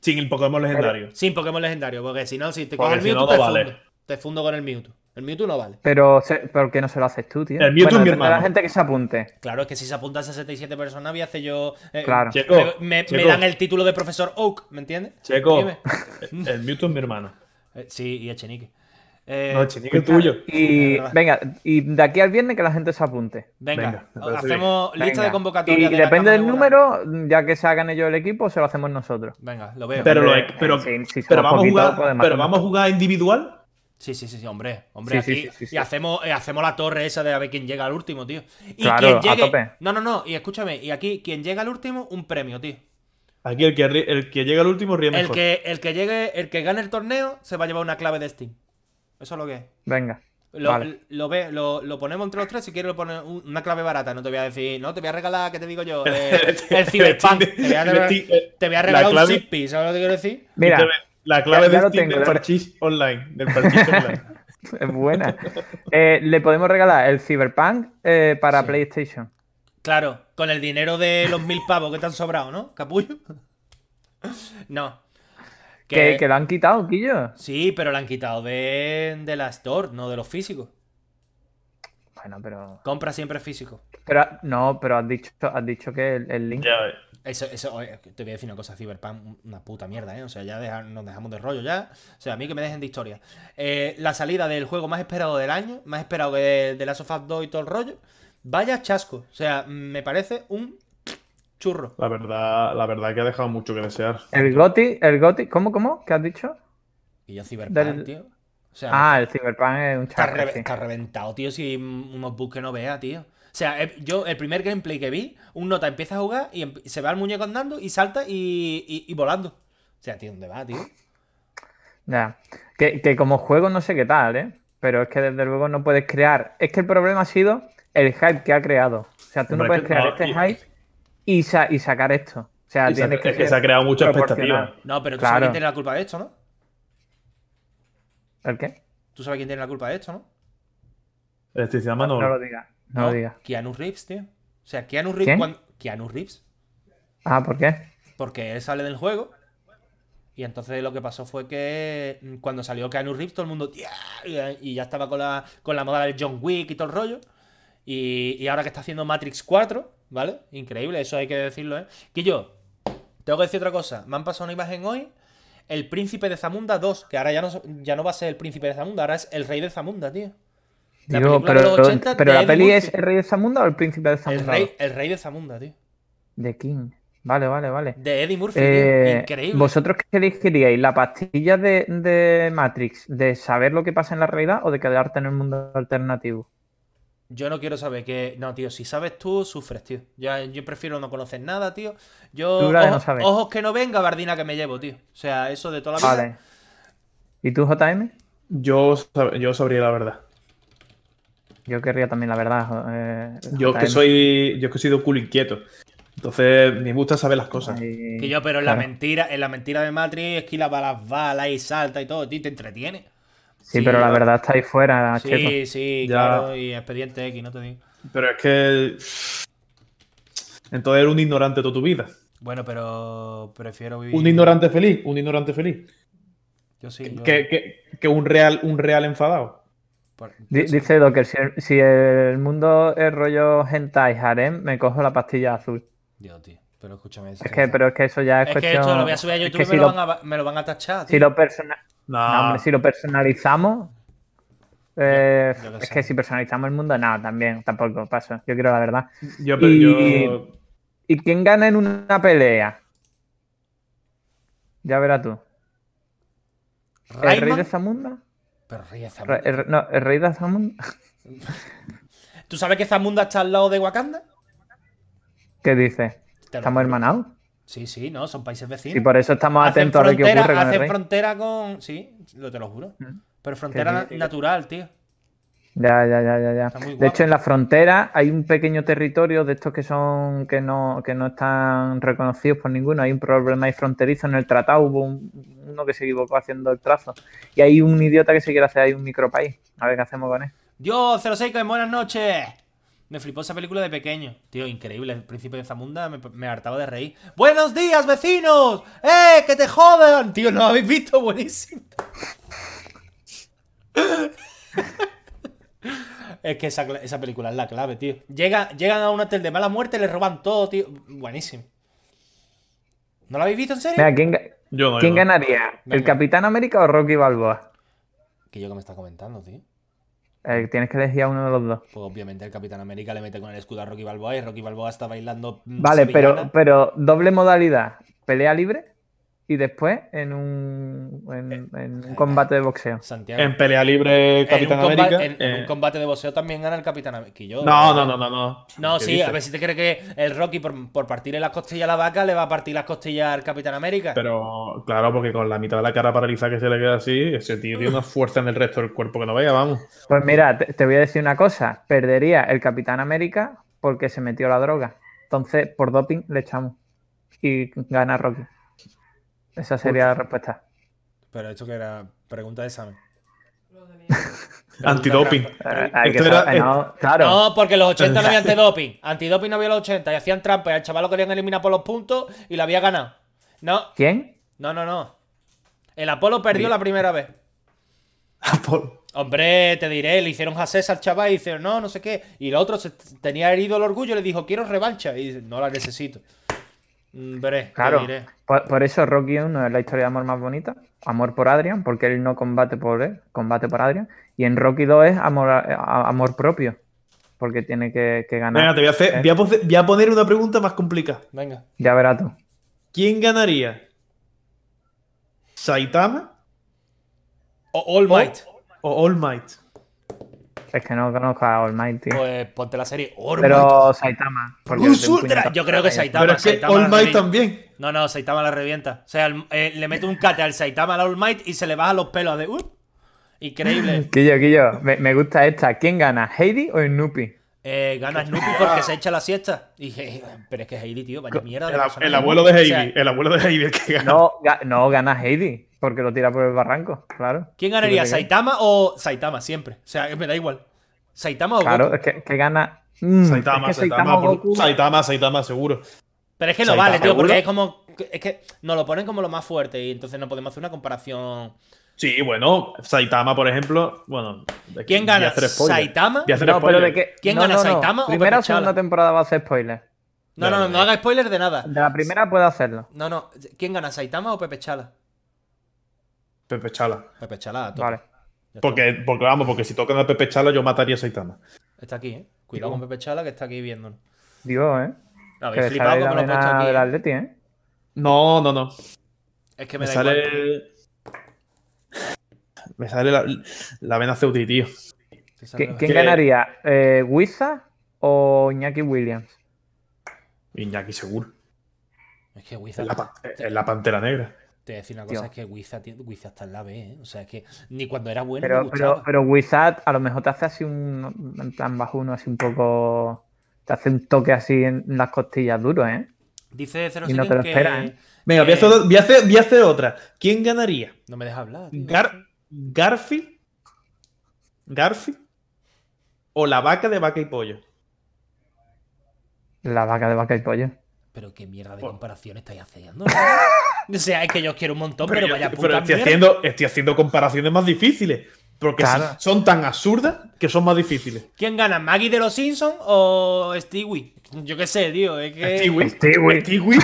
Speaker 4: Sin el Pokémon legendario.
Speaker 2: Sin Pokémon legendario, porque si no, si te
Speaker 4: Porque
Speaker 2: coges el
Speaker 4: si no,
Speaker 2: Mewtwo,
Speaker 4: no
Speaker 2: te,
Speaker 4: vale.
Speaker 2: fundo, te fundo con el Mewtwo. El Mewtwo no vale.
Speaker 3: Pero, se- ¿por qué no se lo haces tú, tío?
Speaker 4: El Mewtwo es mi
Speaker 3: depende de la
Speaker 4: hermano.
Speaker 3: gente que se apunte.
Speaker 2: Claro, es que si se apuntan 67 personas, voy a hacer yo. eh,
Speaker 3: Claro.
Speaker 4: Checo,
Speaker 2: me- me, me
Speaker 4: Checo.
Speaker 2: dan el título de profesor Oak, ¿me entiendes?
Speaker 4: Checo,
Speaker 2: Dime.
Speaker 4: el Mewtwo es mi hermano.
Speaker 2: Eh, sí, y Echenique. Eh,
Speaker 4: No, Chinique es tuyo.
Speaker 3: Y
Speaker 2: Es verdad.
Speaker 3: venga, y de aquí al viernes que la gente se apunte.
Speaker 2: venga,
Speaker 4: venga, me parece
Speaker 2: hacemos lista
Speaker 3: Venga.
Speaker 2: de convocatorias.
Speaker 3: Y
Speaker 2: de la
Speaker 3: depende
Speaker 2: Cámara
Speaker 3: del
Speaker 2: de
Speaker 3: número, ya que se hagan ellos el equipo, se lo hacemos nosotros.
Speaker 2: Guadalajara. Venga, lo veo.
Speaker 4: Pero, lo-
Speaker 3: Hombre,
Speaker 2: eh,
Speaker 4: pero,
Speaker 3: sí, sí, somos
Speaker 4: pero vamos,
Speaker 3: poquitos,
Speaker 4: a jugar,
Speaker 3: podemos
Speaker 4: pero
Speaker 3: hacer-
Speaker 4: vamos a jugar individual.
Speaker 2: Sí, sí, sí, sí, hombre. hombre
Speaker 3: Sí, sí,
Speaker 2: aquí-
Speaker 3: sí, sí, sí.
Speaker 2: Y hacemos, eh, hacemos la torre esa de a ver quién llega al último, tío. Y
Speaker 3: Claro,
Speaker 2: quien
Speaker 3: a
Speaker 2: llegue.
Speaker 3: tope.
Speaker 2: No, no, no. Y escúchame, y aquí, quien llega al último, un premio, tío.
Speaker 4: Aquí el que, ri- el que llega al último ríe
Speaker 2: El
Speaker 4: mejor.
Speaker 2: que, el que llegue, el que gane el torneo, se va a llevar una clave de Steam. Eso es lo que es.
Speaker 3: Venga.
Speaker 2: Lo,
Speaker 3: Vale.
Speaker 2: lo, ve- lo, lo ponemos entre los tres. Si quieres, lo pones un- una clave barata. No te voy a decir, no, te voy a regalar, ¿qué te digo yo? Eh, el Cyberpunk.
Speaker 4: Steam
Speaker 2: Te voy a
Speaker 4: de-
Speaker 2: regalar,
Speaker 4: el Steam- eh,
Speaker 2: te voy a regalar
Speaker 4: la
Speaker 2: un
Speaker 4: clave-
Speaker 2: Zippy, ¿sabes lo que quiero decir?
Speaker 3: Mira,
Speaker 4: la clave
Speaker 3: ya- ya lo
Speaker 4: de Steam
Speaker 3: tengo, ya
Speaker 4: del
Speaker 3: lo-
Speaker 4: parchís online. Del parchís online.
Speaker 3: es buena. Eh, Le podemos regalar el Cyberpunk eh, para
Speaker 2: Sí.
Speaker 3: PlayStation.
Speaker 2: Claro, con el dinero de los mil pavos que te han sobrado, ¿no? Capullo. No.
Speaker 3: Que, que lo han quitado, Quillo.
Speaker 2: Sí, pero lo han quitado de, de la store, no de los físicos.
Speaker 3: Bueno, pero.
Speaker 2: Compra siempre físico.
Speaker 3: pero- no, pero has dicho, has dicho que el, el link.
Speaker 4: Ya eh, ves.
Speaker 2: Eso, eso, oye, te voy a decir una cosa, Cyberpunk, una puta mierda, ¿eh? O sea, ya deja- nos dejamos de rollo ya. O sea, a mí que me dejen de historia. Eh, la salida del juego más esperado del año, más esperado que de, de Last of Us 2 y todo el rollo, vaya chasco. O sea, me parece un churro.
Speaker 4: La verdad, la verdad que ha dejado mucho que desear.
Speaker 3: El Gothic, el Gothic, ¿cómo, cómo? ¿Qué has dicho?
Speaker 2: Y yo Cyberpunk,
Speaker 3: Del-
Speaker 2: tío. O sea,
Speaker 3: Ah, el Cyberpunk es un
Speaker 2: está,
Speaker 3: charco,
Speaker 2: re-
Speaker 3: sí.
Speaker 2: está reventado, tío, si unos bugs que no vea, tío. O sea, eh, yo, el primer gameplay que vi, un nota empieza a jugar y em- se va el muñeco andando y salta y, y- y volando. O sea, tío, ¿dónde va, tío?
Speaker 3: Ya. Que, que como juego no sé qué tal, ¿eh? Pero es que desde luego no puedes crear. Es que el problema ha sido el hype que ha creado. O sea, tú no
Speaker 4: Hombre,
Speaker 3: puedes
Speaker 4: es que
Speaker 3: crear
Speaker 4: no,
Speaker 3: este
Speaker 4: y-
Speaker 3: hype y, sa- y sacar esto. O sea,
Speaker 4: Y se-
Speaker 3: tienes que
Speaker 4: es que
Speaker 3: ser
Speaker 4: se ha creado mucha
Speaker 3: proporcional.
Speaker 4: expectativa.
Speaker 2: No, pero tú
Speaker 3: Claro.
Speaker 2: sabes quién tiene la culpa de esto, ¿no?
Speaker 3: ¿El qué?
Speaker 2: Tú sabes quién tiene la culpa de esto, ¿no?
Speaker 4: Electricidad
Speaker 3: No,
Speaker 4: Manolo.
Speaker 3: lo digas. No, lo digas.
Speaker 2: Keanu Reeves, tío. O sea, Keanu Reeves.
Speaker 3: ¿Quién?
Speaker 2: cuan- Keanu Reeves.
Speaker 3: Ah, ¿por qué?
Speaker 2: Porque él sale del juego. Y entonces lo que pasó fue que mm, cuando salió Keanu Reeves, todo el mundo. "Tía", Y y ya estaba con la, con la moda del John Wick y todo el rollo. Y, y ahora que está haciendo Matrix 4, ¿vale? Increíble, eso hay que decirlo, ¿eh? Que yo, tengo que decir otra cosa. Me han pasado una imagen hoy. El príncipe de Zamunda 2, que ahora ya no, ya no va a ser el príncipe de Zamunda, ahora es el rey de Zamunda, tío. La
Speaker 3: Digo,
Speaker 2: película de
Speaker 3: pero,
Speaker 2: los 80
Speaker 3: pero
Speaker 2: de
Speaker 3: la
Speaker 2: Eddie
Speaker 3: peli es
Speaker 2: Murphy.
Speaker 3: ¿El Rey de Zamunda o el Príncipe de
Speaker 2: El
Speaker 3: Zamunda?
Speaker 2: rey, el rey de Zamunda, tío.
Speaker 3: De King. Vale, vale, vale.
Speaker 2: De Eddie Murphy,
Speaker 3: Eh,
Speaker 2: tío. increíble.
Speaker 3: ¿Vosotros qué elegiríais? ¿La pastilla de, de Matrix? ¿De saber lo que pasa en la realidad o de quedarte en el mundo alternativo?
Speaker 2: Yo no quiero saber que. No, tío, si sabes tú, sufres, tío. Ya, yo prefiero no conocer nada, tío. Yo.
Speaker 3: Tú la de no
Speaker 2: ojos,
Speaker 3: saber.
Speaker 2: ojos que no venga, bardina que me llevo, tío. O sea, eso de toda la vida.
Speaker 3: Vale. ¿Y tú, JM?
Speaker 4: Yo, sab- yo sabría la verdad.
Speaker 3: Yo querría también, la verdad. eh,
Speaker 4: Yo es que
Speaker 3: JM.
Speaker 4: soy. Yo es que soy de culo inquieto. Entonces, me gusta saber las cosas.
Speaker 3: Ahí-
Speaker 2: Que yo, pero en la
Speaker 3: claro.
Speaker 2: mentira, en la mentira de Matrix, esquilaba las balas y salta y todo, tío, y te entretiene.
Speaker 3: Sí, pero la verdad está ahí fuera,
Speaker 2: Sí,
Speaker 3: Checo.
Speaker 2: sí,
Speaker 4: Ya.
Speaker 2: claro. Y expediente X, no te digo.
Speaker 4: Pero es que. Entonces eres un ignorante toda tu vida.
Speaker 2: Bueno, pero prefiero vivir.
Speaker 4: Un ignorante feliz, un ignorante feliz.
Speaker 2: Yo sí. yo-
Speaker 4: Que, que- que un real, un real enfadado.
Speaker 2: por-
Speaker 3: Di- Dice Docker, si el, si el mundo es rollo hentai harem, me cojo la pastilla azul.
Speaker 2: Dios, tío. Pero escúchame.
Speaker 3: Es que, pero es que eso ya es,
Speaker 2: Es que
Speaker 3: cuestión...
Speaker 2: esto lo voy a subir a
Speaker 3: es que
Speaker 2: YouTube y
Speaker 3: si
Speaker 2: me, lo
Speaker 3: lo-
Speaker 2: van a, me lo van a tachar,
Speaker 3: si
Speaker 2: tío.
Speaker 3: lo persona- No,
Speaker 4: Nah,
Speaker 3: hombre, si lo personalizamos. eh,
Speaker 2: Ya- ya lo
Speaker 3: es
Speaker 2: sé.
Speaker 3: que si personalizamos el mundo, nada, también, tampoco pasa. Yo quiero la verdad.
Speaker 4: yo, pero
Speaker 3: y-
Speaker 4: yo-
Speaker 3: ¿Y quién gana en una pelea? Ya verás tú. ¿El rey
Speaker 2: Rayman-
Speaker 3: de Zamunda?
Speaker 2: Pero ríe, Zamunda.
Speaker 3: Re- el- no, el rey de Zamunda.
Speaker 2: ¿Tú sabes que Zamunda está al lado de Wakanda?
Speaker 3: ¿Qué dice?
Speaker 2: Te lo
Speaker 3: ¿Estamos
Speaker 2: juro.
Speaker 3: hermanados?
Speaker 2: Sí, sí, no, son países vecinos.
Speaker 3: Y por eso estamos
Speaker 2: Hacen
Speaker 3: atentos a lo que
Speaker 2: frontera-
Speaker 3: ocurre con el
Speaker 2: hacen
Speaker 3: rey.
Speaker 2: frontera con. Sí, lo te lo juro.
Speaker 3: Mm.
Speaker 2: Pero frontera
Speaker 3: sí.
Speaker 2: natural, tío.
Speaker 3: Ya, ya, ya, ya, ya.
Speaker 2: Está muy
Speaker 3: De
Speaker 2: guapo.
Speaker 3: hecho, en la frontera hay un pequeño territorio de estos que son que no, que no están reconocidos por ninguno. Hay un problema ahí fronterizo en el tratado. Hubo un- uno que se equivocó haciendo el trazo. Y hay un idiota que se quiere hacer ahí un micropaís. A ver qué hacemos con él.
Speaker 2: Dios, 06, que buenas noches. Me flipó esa película de pequeño. Tío, increíble. El príncipe de Zamunda me, me hartaba de reír. ¡Buenos días, vecinos! ¡Eh, que te jodan! Tío, ¿no lo habéis visto? Buenísimo. es que esa, cla- esa película es la clave, tío. Llega, llegan a un hotel de mala muerte, les roban todo, tío. Buenísimo. ¿No lo habéis visto en serio?
Speaker 3: Mira, ¿quién, ga-
Speaker 4: yo no, yo
Speaker 3: quién
Speaker 4: no.
Speaker 3: ganaría? ¿El
Speaker 2: Venga.
Speaker 3: Capitán América o Rocky Balboa?
Speaker 2: Que yo que me está comentando, tío.
Speaker 3: Eh, tienes que elegir a uno de los dos.
Speaker 2: Pues obviamente el Capitán América le mete con el escudo a Rocky Balboa y Rocky Balboa está bailando. mm,
Speaker 3: Vale, pero,
Speaker 2: sevillana.
Speaker 3: pero doble modalidad. Pelea libre y después en un,
Speaker 2: Eh,
Speaker 3: en- en un combate de boxeo.
Speaker 2: Santiago.
Speaker 4: En pelea libre, Capitán
Speaker 2: en un combate,
Speaker 4: América.
Speaker 2: en- en
Speaker 4: eh,
Speaker 2: un combate de boxeo también gana el Capitán América.
Speaker 4: No, no, no, no, no.
Speaker 2: eh, No,
Speaker 4: ¿Qué
Speaker 2: sí,
Speaker 4: dices?
Speaker 2: a ver si te crees que el Rocky, por, por partirle las costillas a la vaca, le va a partir las costillas al Capitán América.
Speaker 4: Pero claro, porque con la mitad de la cara paralizada que se le queda así, ese tío tiene una fuerza en el resto del cuerpo que no vaya, vamos.
Speaker 3: Pues mira, te, te voy a decir una cosa. Perdería el Capitán América porque se metió la droga. Entonces, por doping le echamos. Y gana Rocky. Esa sería la respuesta.
Speaker 2: Pero esto que era pregunta de examen.
Speaker 4: Antidoping.
Speaker 3: Eh, hay que
Speaker 4: Esto era-
Speaker 3: saber- no, claro.
Speaker 2: No, porque en los 80 no había antidoping. Antidoping no había en los 80 y hacían trampa. Y al chaval lo querían eliminar por los puntos y lo había ganado. No,
Speaker 3: ¿Quién?
Speaker 2: no, no, no. El Apolo perdió la primera vez.
Speaker 4: Por-
Speaker 2: Hombre, te diré, le hicieron haces al chaval y dice, no, no sé qué. Y el otro se tenía herido el orgullo y le dijo, quiero revancha. Y dice, no la necesito. Hombre,
Speaker 3: Claro.
Speaker 2: te diré.
Speaker 3: Por, por eso Rocky 1 es la historia de amor más bonita. Amor por Adrian, porque él no combate por él, combate por Adrian. Y en Rocky 2 es amor, a- a- amor propio. Porque tiene que, que
Speaker 4: Venga,
Speaker 3: ganar.
Speaker 4: te voy a, hacer, voy a pos- voy a poner una pregunta más complicada.
Speaker 2: Venga.
Speaker 3: Ya verás tú.
Speaker 4: ¿Quién ganaría? ¿Saitama
Speaker 2: O- All Might.
Speaker 4: o All Might?
Speaker 3: Es que no conozco a All Might, tío.
Speaker 2: Pues ponte la serie All Might.
Speaker 3: Pero Saitama. porque
Speaker 2: Bruce
Speaker 3: es de un
Speaker 2: Ultra.
Speaker 3: puñetazo.
Speaker 2: Yo creo que Saitama.
Speaker 4: Pero es que
Speaker 2: Saitama
Speaker 4: All
Speaker 2: la
Speaker 4: Might
Speaker 2: revienta.
Speaker 4: también.
Speaker 2: No, no, Saitama la revienta. O sea, el- eh, le mete un cate al Saitama al All Might y se le baja los pelos de... "Uh". Increíble.
Speaker 3: Quillo, Quillo, me, me gusta esta. ¿Quién gana, Heidi o Snoopy?
Speaker 2: Eh, gana Snoopy porque se echa la siesta. Y dije, pero es que Heidi, tío, vaya mierda. de
Speaker 4: El, ab-
Speaker 2: personaje.
Speaker 4: el abuelo de
Speaker 2: O
Speaker 4: Heidi.
Speaker 2: sea,
Speaker 4: el abuelo de Heidi el que gana.
Speaker 3: No, ga- no gana Heidi, porque lo tira por el barranco, claro.
Speaker 2: ¿Quién ganaría,
Speaker 3: Sí, porque-
Speaker 2: Saitama o Saitama siempre? O sea, me da igual. Saitama o
Speaker 3: Claro,
Speaker 2: Goku.
Speaker 3: es que, que gana. Mm,
Speaker 4: Saitama,
Speaker 3: es que
Speaker 4: Saitama,
Speaker 3: o
Speaker 4: por-
Speaker 3: Goku-
Speaker 4: Saitama, Saitama, seguro.
Speaker 2: Pero es que no
Speaker 4: Saitama,
Speaker 2: vale, tío, porque
Speaker 4: ¿seguro?
Speaker 2: es como. Es que nos lo ponen como lo más fuerte y entonces no podemos hacer una comparación.
Speaker 4: Sí, bueno, Saitama, por ejemplo. Bueno,
Speaker 3: Eh,
Speaker 4: de-
Speaker 2: ¿Quién
Speaker 4: voy a
Speaker 2: gana?
Speaker 4: hacer spoiler.
Speaker 2: ¿Saitama?
Speaker 4: Voy a hacer
Speaker 3: No, pero
Speaker 4: spoiler.
Speaker 3: de qué.
Speaker 2: ¿Quién
Speaker 3: no,
Speaker 2: gana,
Speaker 3: no, no.
Speaker 2: Saitama o
Speaker 3: Primera o
Speaker 2: Pepechala?
Speaker 3: segunda temporada va a hacer spoiler.
Speaker 2: No, no, no, no,
Speaker 4: Vale.
Speaker 2: haga spoiler de nada.
Speaker 3: De la primera puede hacerlo.
Speaker 2: No, no. ¿Quién gana, Saitama o Pepe Chala?
Speaker 4: Pepe Chala.
Speaker 2: Pepe Chala, a tope.
Speaker 3: Vale.
Speaker 2: Ya está.
Speaker 4: Porque, porque, vamos, porque si tocan a Pepe Chala, yo mataría a Saitama.
Speaker 2: Está aquí, ¿eh? Cuidado con Pepe Chala que está aquí viéndonos.
Speaker 3: Dios, ¿eh?
Speaker 2: No,
Speaker 3: Que
Speaker 2: habéis
Speaker 3: le
Speaker 2: flipado
Speaker 3: sale la
Speaker 2: como lo he puesto
Speaker 3: vena
Speaker 2: aquí.
Speaker 3: del
Speaker 2: ¿eh?
Speaker 3: Atleti, ¿eh?
Speaker 4: No, no, no.
Speaker 2: Es que
Speaker 4: Me,
Speaker 2: me, da
Speaker 4: sale.
Speaker 2: igual.
Speaker 4: Me sale la, la vena Ceuti, tío.
Speaker 2: Te sale
Speaker 3: ¿Qui-
Speaker 2: la-
Speaker 3: ¿Quién
Speaker 4: Que-
Speaker 3: ganaría? Eh, ¿Wisa o Iñaki Williams?
Speaker 4: Iñaki seguro.
Speaker 2: Es que Wizard.
Speaker 4: Es la, pan- es la pantera negra.
Speaker 2: Te voy a decir una
Speaker 3: Tío.
Speaker 2: cosa, es que Wizard, tío, Wizard está en la B, ¿eh? O sea, es que ni cuando era bueno me
Speaker 3: Pero, pero,
Speaker 2: gustaba.
Speaker 3: pero eh, Wizard a lo mejor te hace así un. En plan bajo uno, así un poco. Te hace un toque así en las costillas duro, ¿eh?
Speaker 2: Dice 07
Speaker 3: y no te lo
Speaker 2: que
Speaker 3: esperas, ¿eh?
Speaker 4: Venga, voy a, hacer, voy a hacer- voy a hacer otra. ¿Quién ganaría?
Speaker 2: no me deja hablar. tío.
Speaker 4: Gar ¿Garfi? ¿Garfi? ¿O la vaca de vaca y pollo?
Speaker 3: La vaca de vaca y pollo.
Speaker 2: Pero qué mierda de
Speaker 4: Por-
Speaker 2: comparación estáis haciendo. ¿no? o sea, es que yo os quiero un montón, pero,
Speaker 4: yo-
Speaker 2: vaya
Speaker 4: pero
Speaker 2: puta
Speaker 4: estoy,
Speaker 2: mierda.
Speaker 4: haciendo, estoy haciendo comparaciones más difíciles. Porque
Speaker 3: Claro.
Speaker 4: son- son tan absurdas que son más difíciles.
Speaker 2: ¿Quién gana, Maggie de los Simpsons o Stewie? Yo qué sé, tío. Es que...
Speaker 4: Stewie.
Speaker 3: Stewie.
Speaker 4: Stewie.